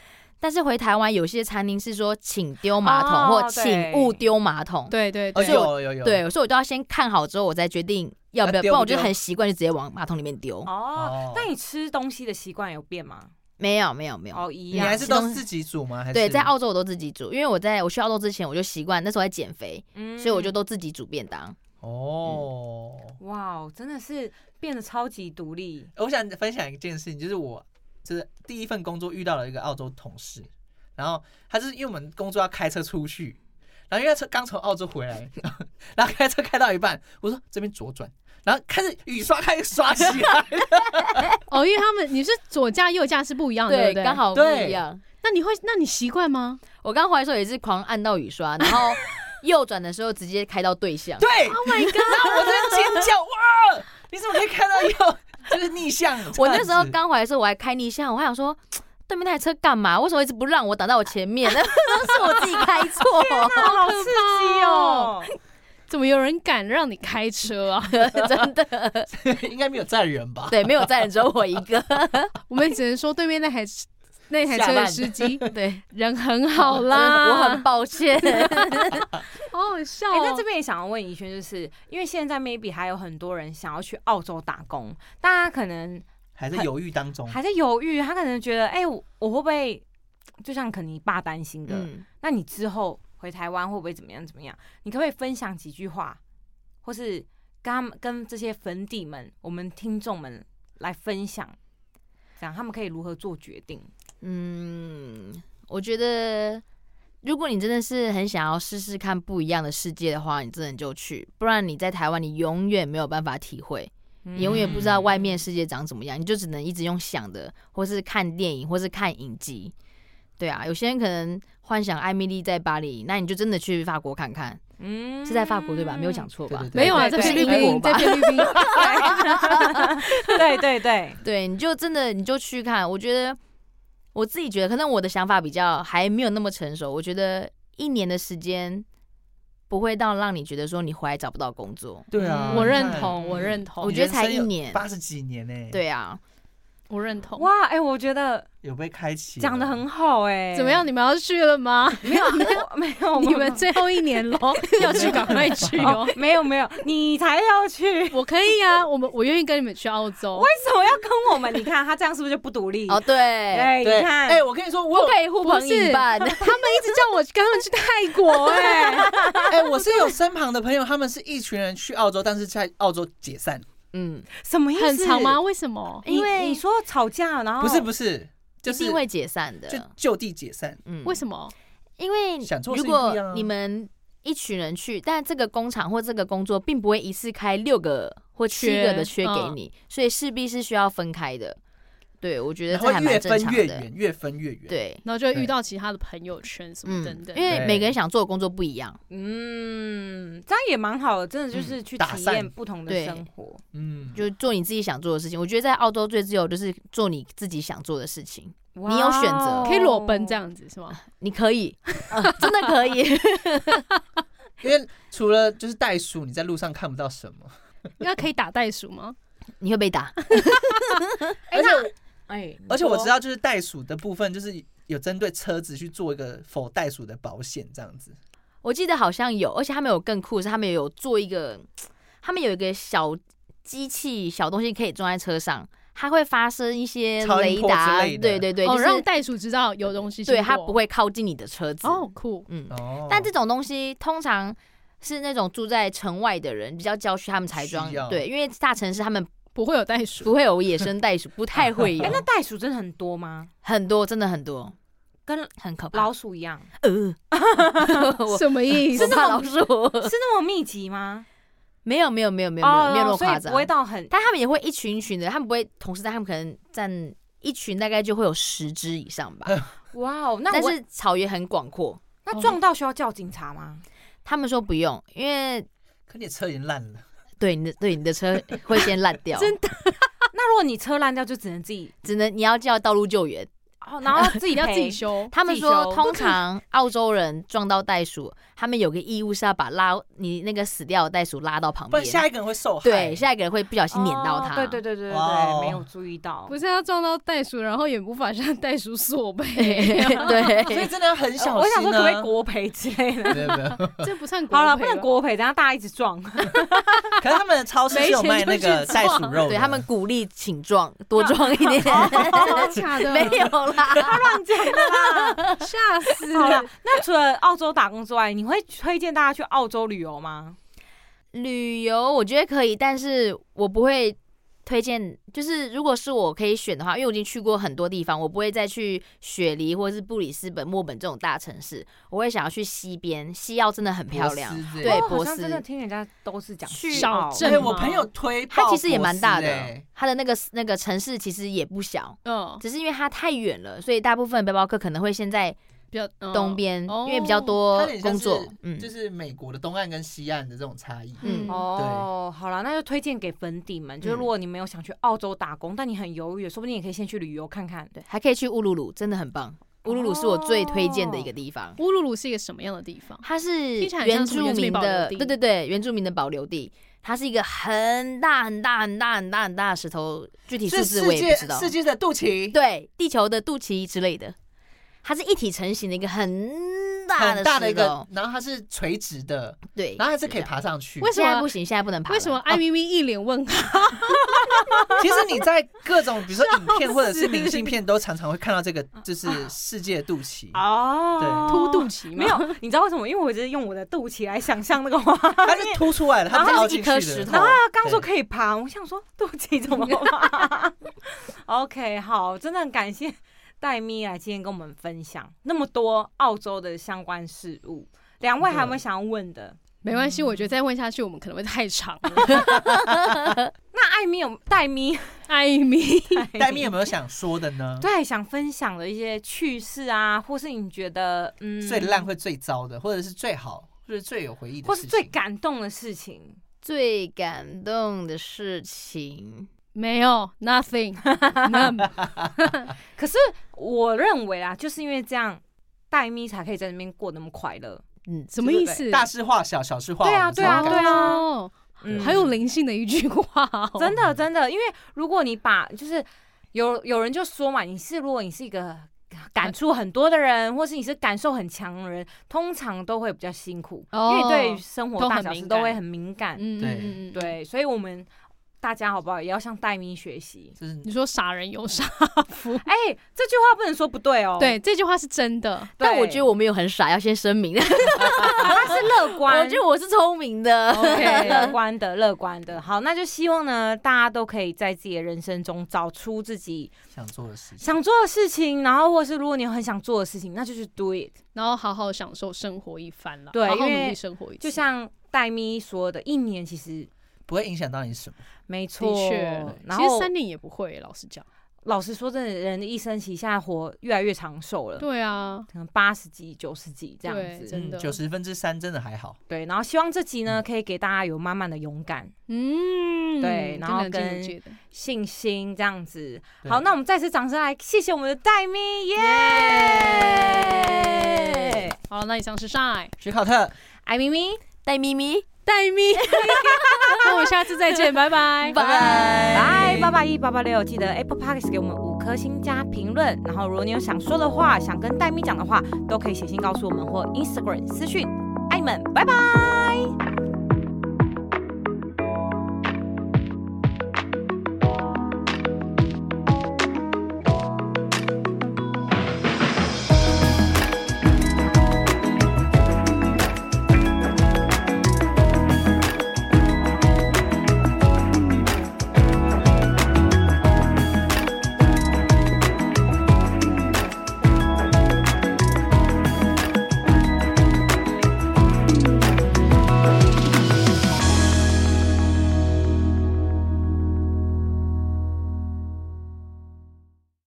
[SPEAKER 6] 但是回台湾有些餐厅是说请丢马桶、
[SPEAKER 4] 哦
[SPEAKER 6] 或请勿丢马桶，
[SPEAKER 3] 对对
[SPEAKER 5] 哦，
[SPEAKER 3] 对，
[SPEAKER 5] 有有有，
[SPEAKER 6] 对，所以我都要先看好之后我再决定要不
[SPEAKER 5] 要
[SPEAKER 6] 要，不
[SPEAKER 5] 丢
[SPEAKER 6] 然
[SPEAKER 5] 不
[SPEAKER 6] 我就
[SPEAKER 5] 丢
[SPEAKER 6] 很习惯就直接往马桶里面丢。
[SPEAKER 4] 哦
[SPEAKER 5] 哦，
[SPEAKER 4] 那你吃东西的习惯有变吗？
[SPEAKER 6] 没有没有没有，
[SPEAKER 4] 哦，一
[SPEAKER 5] 你
[SPEAKER 4] 样，
[SPEAKER 5] 还是都是自己煮吗？还是
[SPEAKER 6] 对，在澳洲我都自己煮，因为我在我去澳洲之前我就习惯，那时候在减肥，
[SPEAKER 4] 嗯
[SPEAKER 6] 所以我就都自己煮便当。
[SPEAKER 5] 哦。
[SPEAKER 4] 哇哦，真的是变得超级独立。
[SPEAKER 5] 我想分享一件事情，就是我就是第一份工作遇到了一个澳洲同事，然后他就是因为我们工作要开车出去，然后因为他车刚从澳洲回来， 然后然后开车开到一半，我说这边左转，然后开始雨刷开始刷起来，
[SPEAKER 3] 哦，因为他们你是左驾右驾是不一样的，对不对？
[SPEAKER 6] 刚。好不
[SPEAKER 5] 哦对
[SPEAKER 6] 一样。
[SPEAKER 3] 那你会，那你习惯吗？
[SPEAKER 6] 我刚回来的时候也是狂按到雨刷，然 后右转的时候直接开到对向。
[SPEAKER 5] 对，
[SPEAKER 3] Oh my god！
[SPEAKER 5] 然后我在那尖叫哇，你怎么可以开到右？就是逆向这样子，
[SPEAKER 6] 我那时候刚回来的时候我还开逆向，我还想说对面那台车干嘛？为什么一直不让我挡在我前面？那 都是我自己开错。
[SPEAKER 4] 啊，好刺激哦！
[SPEAKER 3] 怎么有人敢让你开车啊？
[SPEAKER 6] 真的，
[SPEAKER 5] 应该没有载人吧？
[SPEAKER 6] 对，没有在，只有我一 个。
[SPEAKER 3] 我们只能说对面那台那台
[SPEAKER 6] 吓
[SPEAKER 3] 车的
[SPEAKER 6] 烂
[SPEAKER 3] 司机
[SPEAKER 6] 对，
[SPEAKER 3] 人很好
[SPEAKER 6] 我
[SPEAKER 3] 啦，
[SPEAKER 6] 很抱 歉。
[SPEAKER 3] 好好笑
[SPEAKER 4] 哎、那这
[SPEAKER 3] 哦。
[SPEAKER 4] 边也想要问怡轩，就是因为现在 maybe 还有很多人想要去澳洲打工，大家可能
[SPEAKER 5] 还在犹豫当中。
[SPEAKER 4] 还在犹豫，他可能觉得，哎、我我会不会就像可能你爸担心的，
[SPEAKER 6] 嗯，
[SPEAKER 4] 那你之后回台湾会不会怎么样怎么样？你可不可以分享几句话，或是跟他们跟这些粉底们、我们听众们来分享，讲他们可以如何做决定？
[SPEAKER 6] 嗯，我觉得如果你真的是很想要试试看不一样的世界的话，你真的就去，不然你在台湾你永远没有办法体会，
[SPEAKER 4] 嗯
[SPEAKER 6] 你永远不知
[SPEAKER 5] 嗯
[SPEAKER 6] 道外面世界长怎么样，你就只能一直用想的，或是看电影，或是看影集。对啊，有些人可能幻想艾米丽在巴黎，那你就真的去法国看看，
[SPEAKER 4] 嗯
[SPEAKER 6] 是在法国对吧？没有讲错吧？
[SPEAKER 5] 嗯对对对
[SPEAKER 3] 没有啊，在
[SPEAKER 4] 对
[SPEAKER 3] 菲律
[SPEAKER 6] 对英
[SPEAKER 3] 宾，在
[SPEAKER 6] 国吧
[SPEAKER 3] 菲律宾，
[SPEAKER 4] 对对对对，
[SPEAKER 6] 对，你就真的你就去看。我觉得我自己觉得，可能我的想法比较还没有那么成熟。我觉得一年的时间不会到让你觉得说你回来找不到工作。
[SPEAKER 5] 对啊，
[SPEAKER 3] 我认
[SPEAKER 5] 你看
[SPEAKER 3] 同，我认
[SPEAKER 5] 哦
[SPEAKER 3] 同
[SPEAKER 6] 我，觉得才一年
[SPEAKER 5] 八十几年呢、，
[SPEAKER 6] 对啊，
[SPEAKER 3] 我认同。
[SPEAKER 4] 哇，哎、我觉得
[SPEAKER 5] 有被开启了，
[SPEAKER 4] 讲的很好、哎，
[SPEAKER 3] 怎么样？？你们要去了吗？
[SPEAKER 4] 没有我没有，
[SPEAKER 3] 你
[SPEAKER 4] 我
[SPEAKER 3] 们最后一年喽，要去赶快去哦
[SPEAKER 4] 哦。 没有没有，你才要去，为
[SPEAKER 3] 我可以啊，我们我愿意跟你们去澳洲。
[SPEAKER 4] 什么要跟我们？你看他这样是不是就不独立？
[SPEAKER 6] 哦对，
[SPEAKER 4] 对，
[SPEAKER 5] 对。
[SPEAKER 4] 你看，
[SPEAKER 5] 哎、我跟你说，
[SPEAKER 6] 不
[SPEAKER 5] 我有
[SPEAKER 6] 可以互
[SPEAKER 3] 不
[SPEAKER 6] 朋
[SPEAKER 3] 是
[SPEAKER 6] 引 伴。
[SPEAKER 3] 他们一直叫我跟他们去泰
[SPEAKER 4] 哦
[SPEAKER 3] 国，哎，
[SPEAKER 5] 哎、我是有身旁的朋友，他们是一群人去澳洲，但是在澳洲解散，
[SPEAKER 6] 嗯，
[SPEAKER 4] 什么意 思？
[SPEAKER 3] 很长吗？？为什么？
[SPEAKER 4] 因为你说吵架，然后
[SPEAKER 5] 不是不是，就
[SPEAKER 6] 哦一
[SPEAKER 5] 是
[SPEAKER 6] 定会解散的
[SPEAKER 5] 就。就地解散。
[SPEAKER 6] 嗯，
[SPEAKER 3] 为什么？
[SPEAKER 6] 因为
[SPEAKER 5] 想做的
[SPEAKER 6] 如
[SPEAKER 5] 事情不一样啊
[SPEAKER 6] 果你们一群人去，但这个工厂或这个工作并不会一次开六个或七个的缺
[SPEAKER 3] 缺
[SPEAKER 6] 给
[SPEAKER 3] 嗯
[SPEAKER 6] 你，所以势必是需要分开的。对，我觉得
[SPEAKER 5] 然
[SPEAKER 6] 这
[SPEAKER 5] 后
[SPEAKER 6] 还蛮
[SPEAKER 5] 越
[SPEAKER 6] 正
[SPEAKER 5] 分
[SPEAKER 6] 常
[SPEAKER 5] 越
[SPEAKER 6] 的。
[SPEAKER 5] 远，越分越远。，
[SPEAKER 6] 对，
[SPEAKER 3] 然后就会遇
[SPEAKER 5] 对
[SPEAKER 3] 到其他的朋友圈什么等
[SPEAKER 6] 嗯，
[SPEAKER 3] 等。
[SPEAKER 6] 因为
[SPEAKER 5] 对
[SPEAKER 6] 每个人想做的工作不一样。
[SPEAKER 4] 嗯，这样也蛮好的，真的就是去体验不同的
[SPEAKER 6] 嗯打散
[SPEAKER 4] 生活。
[SPEAKER 5] 嗯，
[SPEAKER 6] 就做你自己想做的事情。我觉得在澳洲最自由就是做你自己想做的事情，
[SPEAKER 4] 哇哦
[SPEAKER 6] 你有选择
[SPEAKER 3] 可以裸奔这，样子是 吗？
[SPEAKER 6] 你可以， 真的可以。
[SPEAKER 5] 因为除了就是袋鼠，你在路上看不到什么，
[SPEAKER 3] 那可以打袋鼠 吗？
[SPEAKER 6] 你会被打，
[SPEAKER 4] 而且哎，
[SPEAKER 5] 而且我知道就是袋鼠的部分，就是有针对车子去做一个否袋鼠的保险这样子。
[SPEAKER 6] 我记得好像有，而且他们有更酷的是，他们有做一个，他们有一个小机器、小东西可以装在车上，它会发生一些
[SPEAKER 5] 超音
[SPEAKER 6] 雷
[SPEAKER 5] 波之
[SPEAKER 6] 达，
[SPEAKER 5] 类的
[SPEAKER 6] 对对对，
[SPEAKER 3] 哦，
[SPEAKER 6] 就是
[SPEAKER 3] 让袋鼠知道有东西经
[SPEAKER 6] 对
[SPEAKER 3] 过，
[SPEAKER 6] 它不会靠近你的车子。
[SPEAKER 3] 哦，酷。
[SPEAKER 6] 嗯，
[SPEAKER 5] 哦，
[SPEAKER 6] 但这种东西通常是那种住在城外的人，比较郊区，他们才装
[SPEAKER 5] 需要。
[SPEAKER 6] 对，因为大城市他们
[SPEAKER 3] 不会有袋鼠，
[SPEAKER 6] 不会有野生袋鼠，不太会 有
[SPEAKER 4] 哎，。那袋鼠真的很多吗？
[SPEAKER 6] 很多，真的很多，
[SPEAKER 4] 跟
[SPEAKER 6] 很
[SPEAKER 5] 啊
[SPEAKER 6] 可怕。
[SPEAKER 4] 老鼠一样，
[SPEAKER 6] 呃，我
[SPEAKER 3] 什么意
[SPEAKER 6] 我
[SPEAKER 3] 思？
[SPEAKER 6] 怕老鼠，
[SPEAKER 4] 是那么密集吗？
[SPEAKER 6] 没有没有没有没有没有
[SPEAKER 4] 哦，
[SPEAKER 6] 没有那么
[SPEAKER 4] 所以
[SPEAKER 6] 夸张
[SPEAKER 4] 不，会到很
[SPEAKER 6] 但他们也会一群一群的，他们不会同时，但他们可能占一群，大概就会有十只以上吧。
[SPEAKER 4] 哇哦。那
[SPEAKER 6] 但
[SPEAKER 4] 我
[SPEAKER 6] 是哦草原很广阔，
[SPEAKER 4] 那撞到需要叫警察吗？
[SPEAKER 6] 他们说不用，因为
[SPEAKER 5] 可你的车已经烂了，
[SPEAKER 6] 对你的对你的车 会先烂掉，
[SPEAKER 3] 真
[SPEAKER 6] 的，
[SPEAKER 4] 那如果你车烂掉，就只能自己
[SPEAKER 6] 只能你要叫道路救援。
[SPEAKER 4] 哦，然后自己
[SPEAKER 3] 你要自己
[SPEAKER 4] 赔
[SPEAKER 3] 修。
[SPEAKER 6] 他们
[SPEAKER 4] 自己
[SPEAKER 6] 说，
[SPEAKER 4] 修
[SPEAKER 6] 通常澳洲人撞到袋鼠，他们有个义务是要把拉你那个死掉的袋鼠拉到旁
[SPEAKER 5] 不然
[SPEAKER 6] 边，
[SPEAKER 5] 下一个人会受害。
[SPEAKER 6] 对，下一个人会不小心碾到
[SPEAKER 4] 哦
[SPEAKER 6] 它。
[SPEAKER 4] 对对对对对
[SPEAKER 5] 哇哦
[SPEAKER 4] 对，没有注意到。
[SPEAKER 3] 不是他撞到袋鼠，然后也无法向袋鼠索赔，
[SPEAKER 5] 所以
[SPEAKER 6] 对，
[SPEAKER 5] 真的要很小心、啊。
[SPEAKER 4] 呃我想说可不可以国赔之类 的？
[SPEAKER 5] 没有没有，
[SPEAKER 3] 这不算国
[SPEAKER 4] 好了，
[SPEAKER 3] 赔
[SPEAKER 4] 不能
[SPEAKER 3] 吧哦
[SPEAKER 4] 国赔，等下大家一直撞。
[SPEAKER 5] 可是他们的超市是有卖那个袋鼠肉的，
[SPEAKER 6] 对他们鼓励请撞，多撞 一
[SPEAKER 3] 真
[SPEAKER 6] 点，
[SPEAKER 3] 的假的？
[SPEAKER 6] 没有啦。
[SPEAKER 4] 乱讲 的啦！
[SPEAKER 3] 吓死
[SPEAKER 4] 好
[SPEAKER 3] 了
[SPEAKER 4] 了。，那除了澳洲打工之外，你会推荐大家去澳洲旅游吗？
[SPEAKER 6] 旅游我觉得可以，但是我不会推荐。就是如果是我可以选的话，因为我已经去过很多地方，我不会再去雪梨或者是布里斯本、墨本这种大城市，我会想要去西边，西澳真的很漂亮。对
[SPEAKER 4] 哦好
[SPEAKER 6] 波
[SPEAKER 4] 像
[SPEAKER 6] 斯
[SPEAKER 4] 真的听人家都是讲
[SPEAKER 6] 去
[SPEAKER 4] 西澳
[SPEAKER 3] 小镇
[SPEAKER 5] 对，哎我朋友推爆哎
[SPEAKER 6] 它
[SPEAKER 5] 博斯欸，
[SPEAKER 6] 其实也蛮大
[SPEAKER 5] 欸
[SPEAKER 6] 的，它的那个那个城市其实也不小，
[SPEAKER 3] 嗯，
[SPEAKER 6] 只是因为它太远了，所以大部分背包客可能会先在
[SPEAKER 3] 比较
[SPEAKER 6] 东，边，
[SPEAKER 3] 哦
[SPEAKER 6] 因为比较
[SPEAKER 5] 嗯它
[SPEAKER 6] 多
[SPEAKER 5] 有点像
[SPEAKER 6] 工
[SPEAKER 5] 是
[SPEAKER 6] 作。嗯，
[SPEAKER 5] 就是美国的东岸跟西岸的这种差异。
[SPEAKER 3] 嗯，
[SPEAKER 6] 嗯
[SPEAKER 3] 哦，
[SPEAKER 4] 哦，好了，那就推荐给粉底们。
[SPEAKER 5] 嗯
[SPEAKER 4] 就是如果你没有想去澳洲打工，但你很犹豫，说不定也可以先去旅游看看。
[SPEAKER 6] 对，还可以去乌鲁鲁，真的很棒。乌鲁鲁是我最推荐的一个地方。
[SPEAKER 5] 哦
[SPEAKER 3] 乌鲁鲁是一个什么样的地方？
[SPEAKER 6] 它是
[SPEAKER 3] 听起来很像
[SPEAKER 6] 原
[SPEAKER 3] 什么
[SPEAKER 6] 住
[SPEAKER 3] 原住
[SPEAKER 6] 民
[SPEAKER 3] 民保留
[SPEAKER 6] 的，
[SPEAKER 3] 地
[SPEAKER 6] 对对对，原住民的保留地。它是一个很大很大很大很大很大的石头，具体数
[SPEAKER 5] 是
[SPEAKER 6] 字
[SPEAKER 5] 世
[SPEAKER 6] 我也
[SPEAKER 5] 界
[SPEAKER 6] 不知道。
[SPEAKER 5] 世界的肚脐，
[SPEAKER 6] 对，地球的肚脐之类的，它是一体成型的一个很大的
[SPEAKER 5] 很大的
[SPEAKER 6] 石
[SPEAKER 5] 一
[SPEAKER 6] 头
[SPEAKER 5] 个，，然后它是垂直的，
[SPEAKER 6] 对，
[SPEAKER 5] 然后还是可以
[SPEAKER 6] 这样。
[SPEAKER 5] 爬上去。
[SPEAKER 3] 为什
[SPEAKER 6] 现在
[SPEAKER 3] 么
[SPEAKER 6] 不？行，现在不能爬了。
[SPEAKER 3] 为什么艾咪咪一脸问号？
[SPEAKER 5] 其实你在各种比如说影片或者是明信片都常常会看到这个，
[SPEAKER 4] 啊
[SPEAKER 5] 就是世界肚脐，
[SPEAKER 4] 哦，
[SPEAKER 3] 凸肚脐吗
[SPEAKER 4] 没有， 你知道为什么？因为我就是用我的肚脐来想象那个 画
[SPEAKER 5] 它是
[SPEAKER 4] 面。
[SPEAKER 5] 凸出来的，它
[SPEAKER 6] 然后
[SPEAKER 5] 凹
[SPEAKER 6] 是一
[SPEAKER 5] 进
[SPEAKER 6] 颗
[SPEAKER 5] 去
[SPEAKER 6] 石
[SPEAKER 5] 的。
[SPEAKER 6] 头
[SPEAKER 4] 然后他刚说
[SPEAKER 5] 对
[SPEAKER 4] 可以爬，我想说肚脐怎么爬 ？OK，好，真的很感谢戴咪来今天跟我们分享那么多澳洲的相关事物。两位还有没有想要问的？
[SPEAKER 3] 没关
[SPEAKER 4] 嗯
[SPEAKER 3] 系，我觉得再问下去我们可能会太长 了。
[SPEAKER 4] 那艾米有戴咪
[SPEAKER 3] 艾咪，
[SPEAKER 5] 戴咪有没有想说的呢？
[SPEAKER 4] 对想分享的一些趣事啊，或是你觉得嗯
[SPEAKER 5] 最烂，或最糟的，或者是最好，或者最有回忆的
[SPEAKER 4] 或
[SPEAKER 5] 事情，
[SPEAKER 4] 是最感动的事情？
[SPEAKER 6] 最感动的事情？
[SPEAKER 3] 没有 nothing，那
[SPEAKER 4] 可是我认为啊，就是因为这样，戴咪才可以在那边过那么快乐。
[SPEAKER 6] 嗯，
[SPEAKER 3] 什么意思？
[SPEAKER 5] 大事化小，小事化
[SPEAKER 4] 对啊
[SPEAKER 5] 我们这种
[SPEAKER 4] 对啊
[SPEAKER 5] 感
[SPEAKER 4] 对
[SPEAKER 5] 觉
[SPEAKER 4] 啊
[SPEAKER 3] 哦，
[SPEAKER 4] 嗯，
[SPEAKER 3] 还有灵性的一句话哦，
[SPEAKER 4] 真的真的，因为如果你把就是有有人就说嘛，你是如果你是一个感触很多的人，或是你是感受很强的人，通常都会比较辛苦，因为你对于
[SPEAKER 3] 哦
[SPEAKER 4] 生活
[SPEAKER 3] 都
[SPEAKER 4] 大
[SPEAKER 3] 很
[SPEAKER 4] 小
[SPEAKER 3] 敏
[SPEAKER 4] 事都会
[SPEAKER 3] 感
[SPEAKER 4] 很敏感。
[SPEAKER 3] 嗯，嗯
[SPEAKER 5] 对
[SPEAKER 3] 嗯嗯嗯
[SPEAKER 4] 对，所以我们大家好不好，也要向戴咪学习。
[SPEAKER 5] 就是
[SPEAKER 3] 你说傻人有傻福，
[SPEAKER 4] 哎、这句话不能说不对哦。
[SPEAKER 3] 对，这句话是真的。
[SPEAKER 6] 但我觉得我没有很傻，要先声明。
[SPEAKER 4] 他是乐观，
[SPEAKER 6] 我觉得我是聪明的。
[SPEAKER 3] 哦
[SPEAKER 4] OK，乐观的，乐观的。好，那就希望呢，大家都可以在自己的人生中找出自己
[SPEAKER 5] 想做的事情。
[SPEAKER 4] 想做的事情，然后或者是如果你有很想做的事情，那就去 do it。
[SPEAKER 3] 然后好好享受生活一番了，
[SPEAKER 4] 对
[SPEAKER 3] 好好
[SPEAKER 4] 因为
[SPEAKER 3] 努力生活一次，
[SPEAKER 4] 就像戴咪说的，一年其实
[SPEAKER 5] 不会影响到你什么。
[SPEAKER 4] 没错
[SPEAKER 3] 的确，，
[SPEAKER 4] 然
[SPEAKER 3] 其实
[SPEAKER 4] 后
[SPEAKER 3] 三年也不会，老实讲，
[SPEAKER 4] 老实说，真的人的一生其实现在活越来越长寿了，
[SPEAKER 3] 对啊，
[SPEAKER 4] 可能八十几、九十几这样
[SPEAKER 3] 对
[SPEAKER 4] 子，
[SPEAKER 3] 真的
[SPEAKER 5] 嗯九十分之三真的还好。
[SPEAKER 4] 对。然后希望这集呢，可以给大家有满满的勇敢、
[SPEAKER 3] 嗯，
[SPEAKER 4] 对然后
[SPEAKER 3] 真的很
[SPEAKER 4] 跟
[SPEAKER 3] 境界的
[SPEAKER 4] 信心这样子。
[SPEAKER 5] 对
[SPEAKER 4] 好，那我们再次掌声来谢谢我们的戴咪，耶、
[SPEAKER 3] 好了，那以上是 Shine
[SPEAKER 5] 史考特，
[SPEAKER 4] 艾咪咪，
[SPEAKER 6] 戴咪咪，
[SPEAKER 3] 戴咪，那我们下次再见，拜拜。
[SPEAKER 4] 拜八八一八八六，记得 Apple Podcast 给我们五颗星加评论。然后，如果你有想说的话，想跟戴咪讲的话，都可以写信告诉我们或 Instagram 私讯。爱你们，拜拜。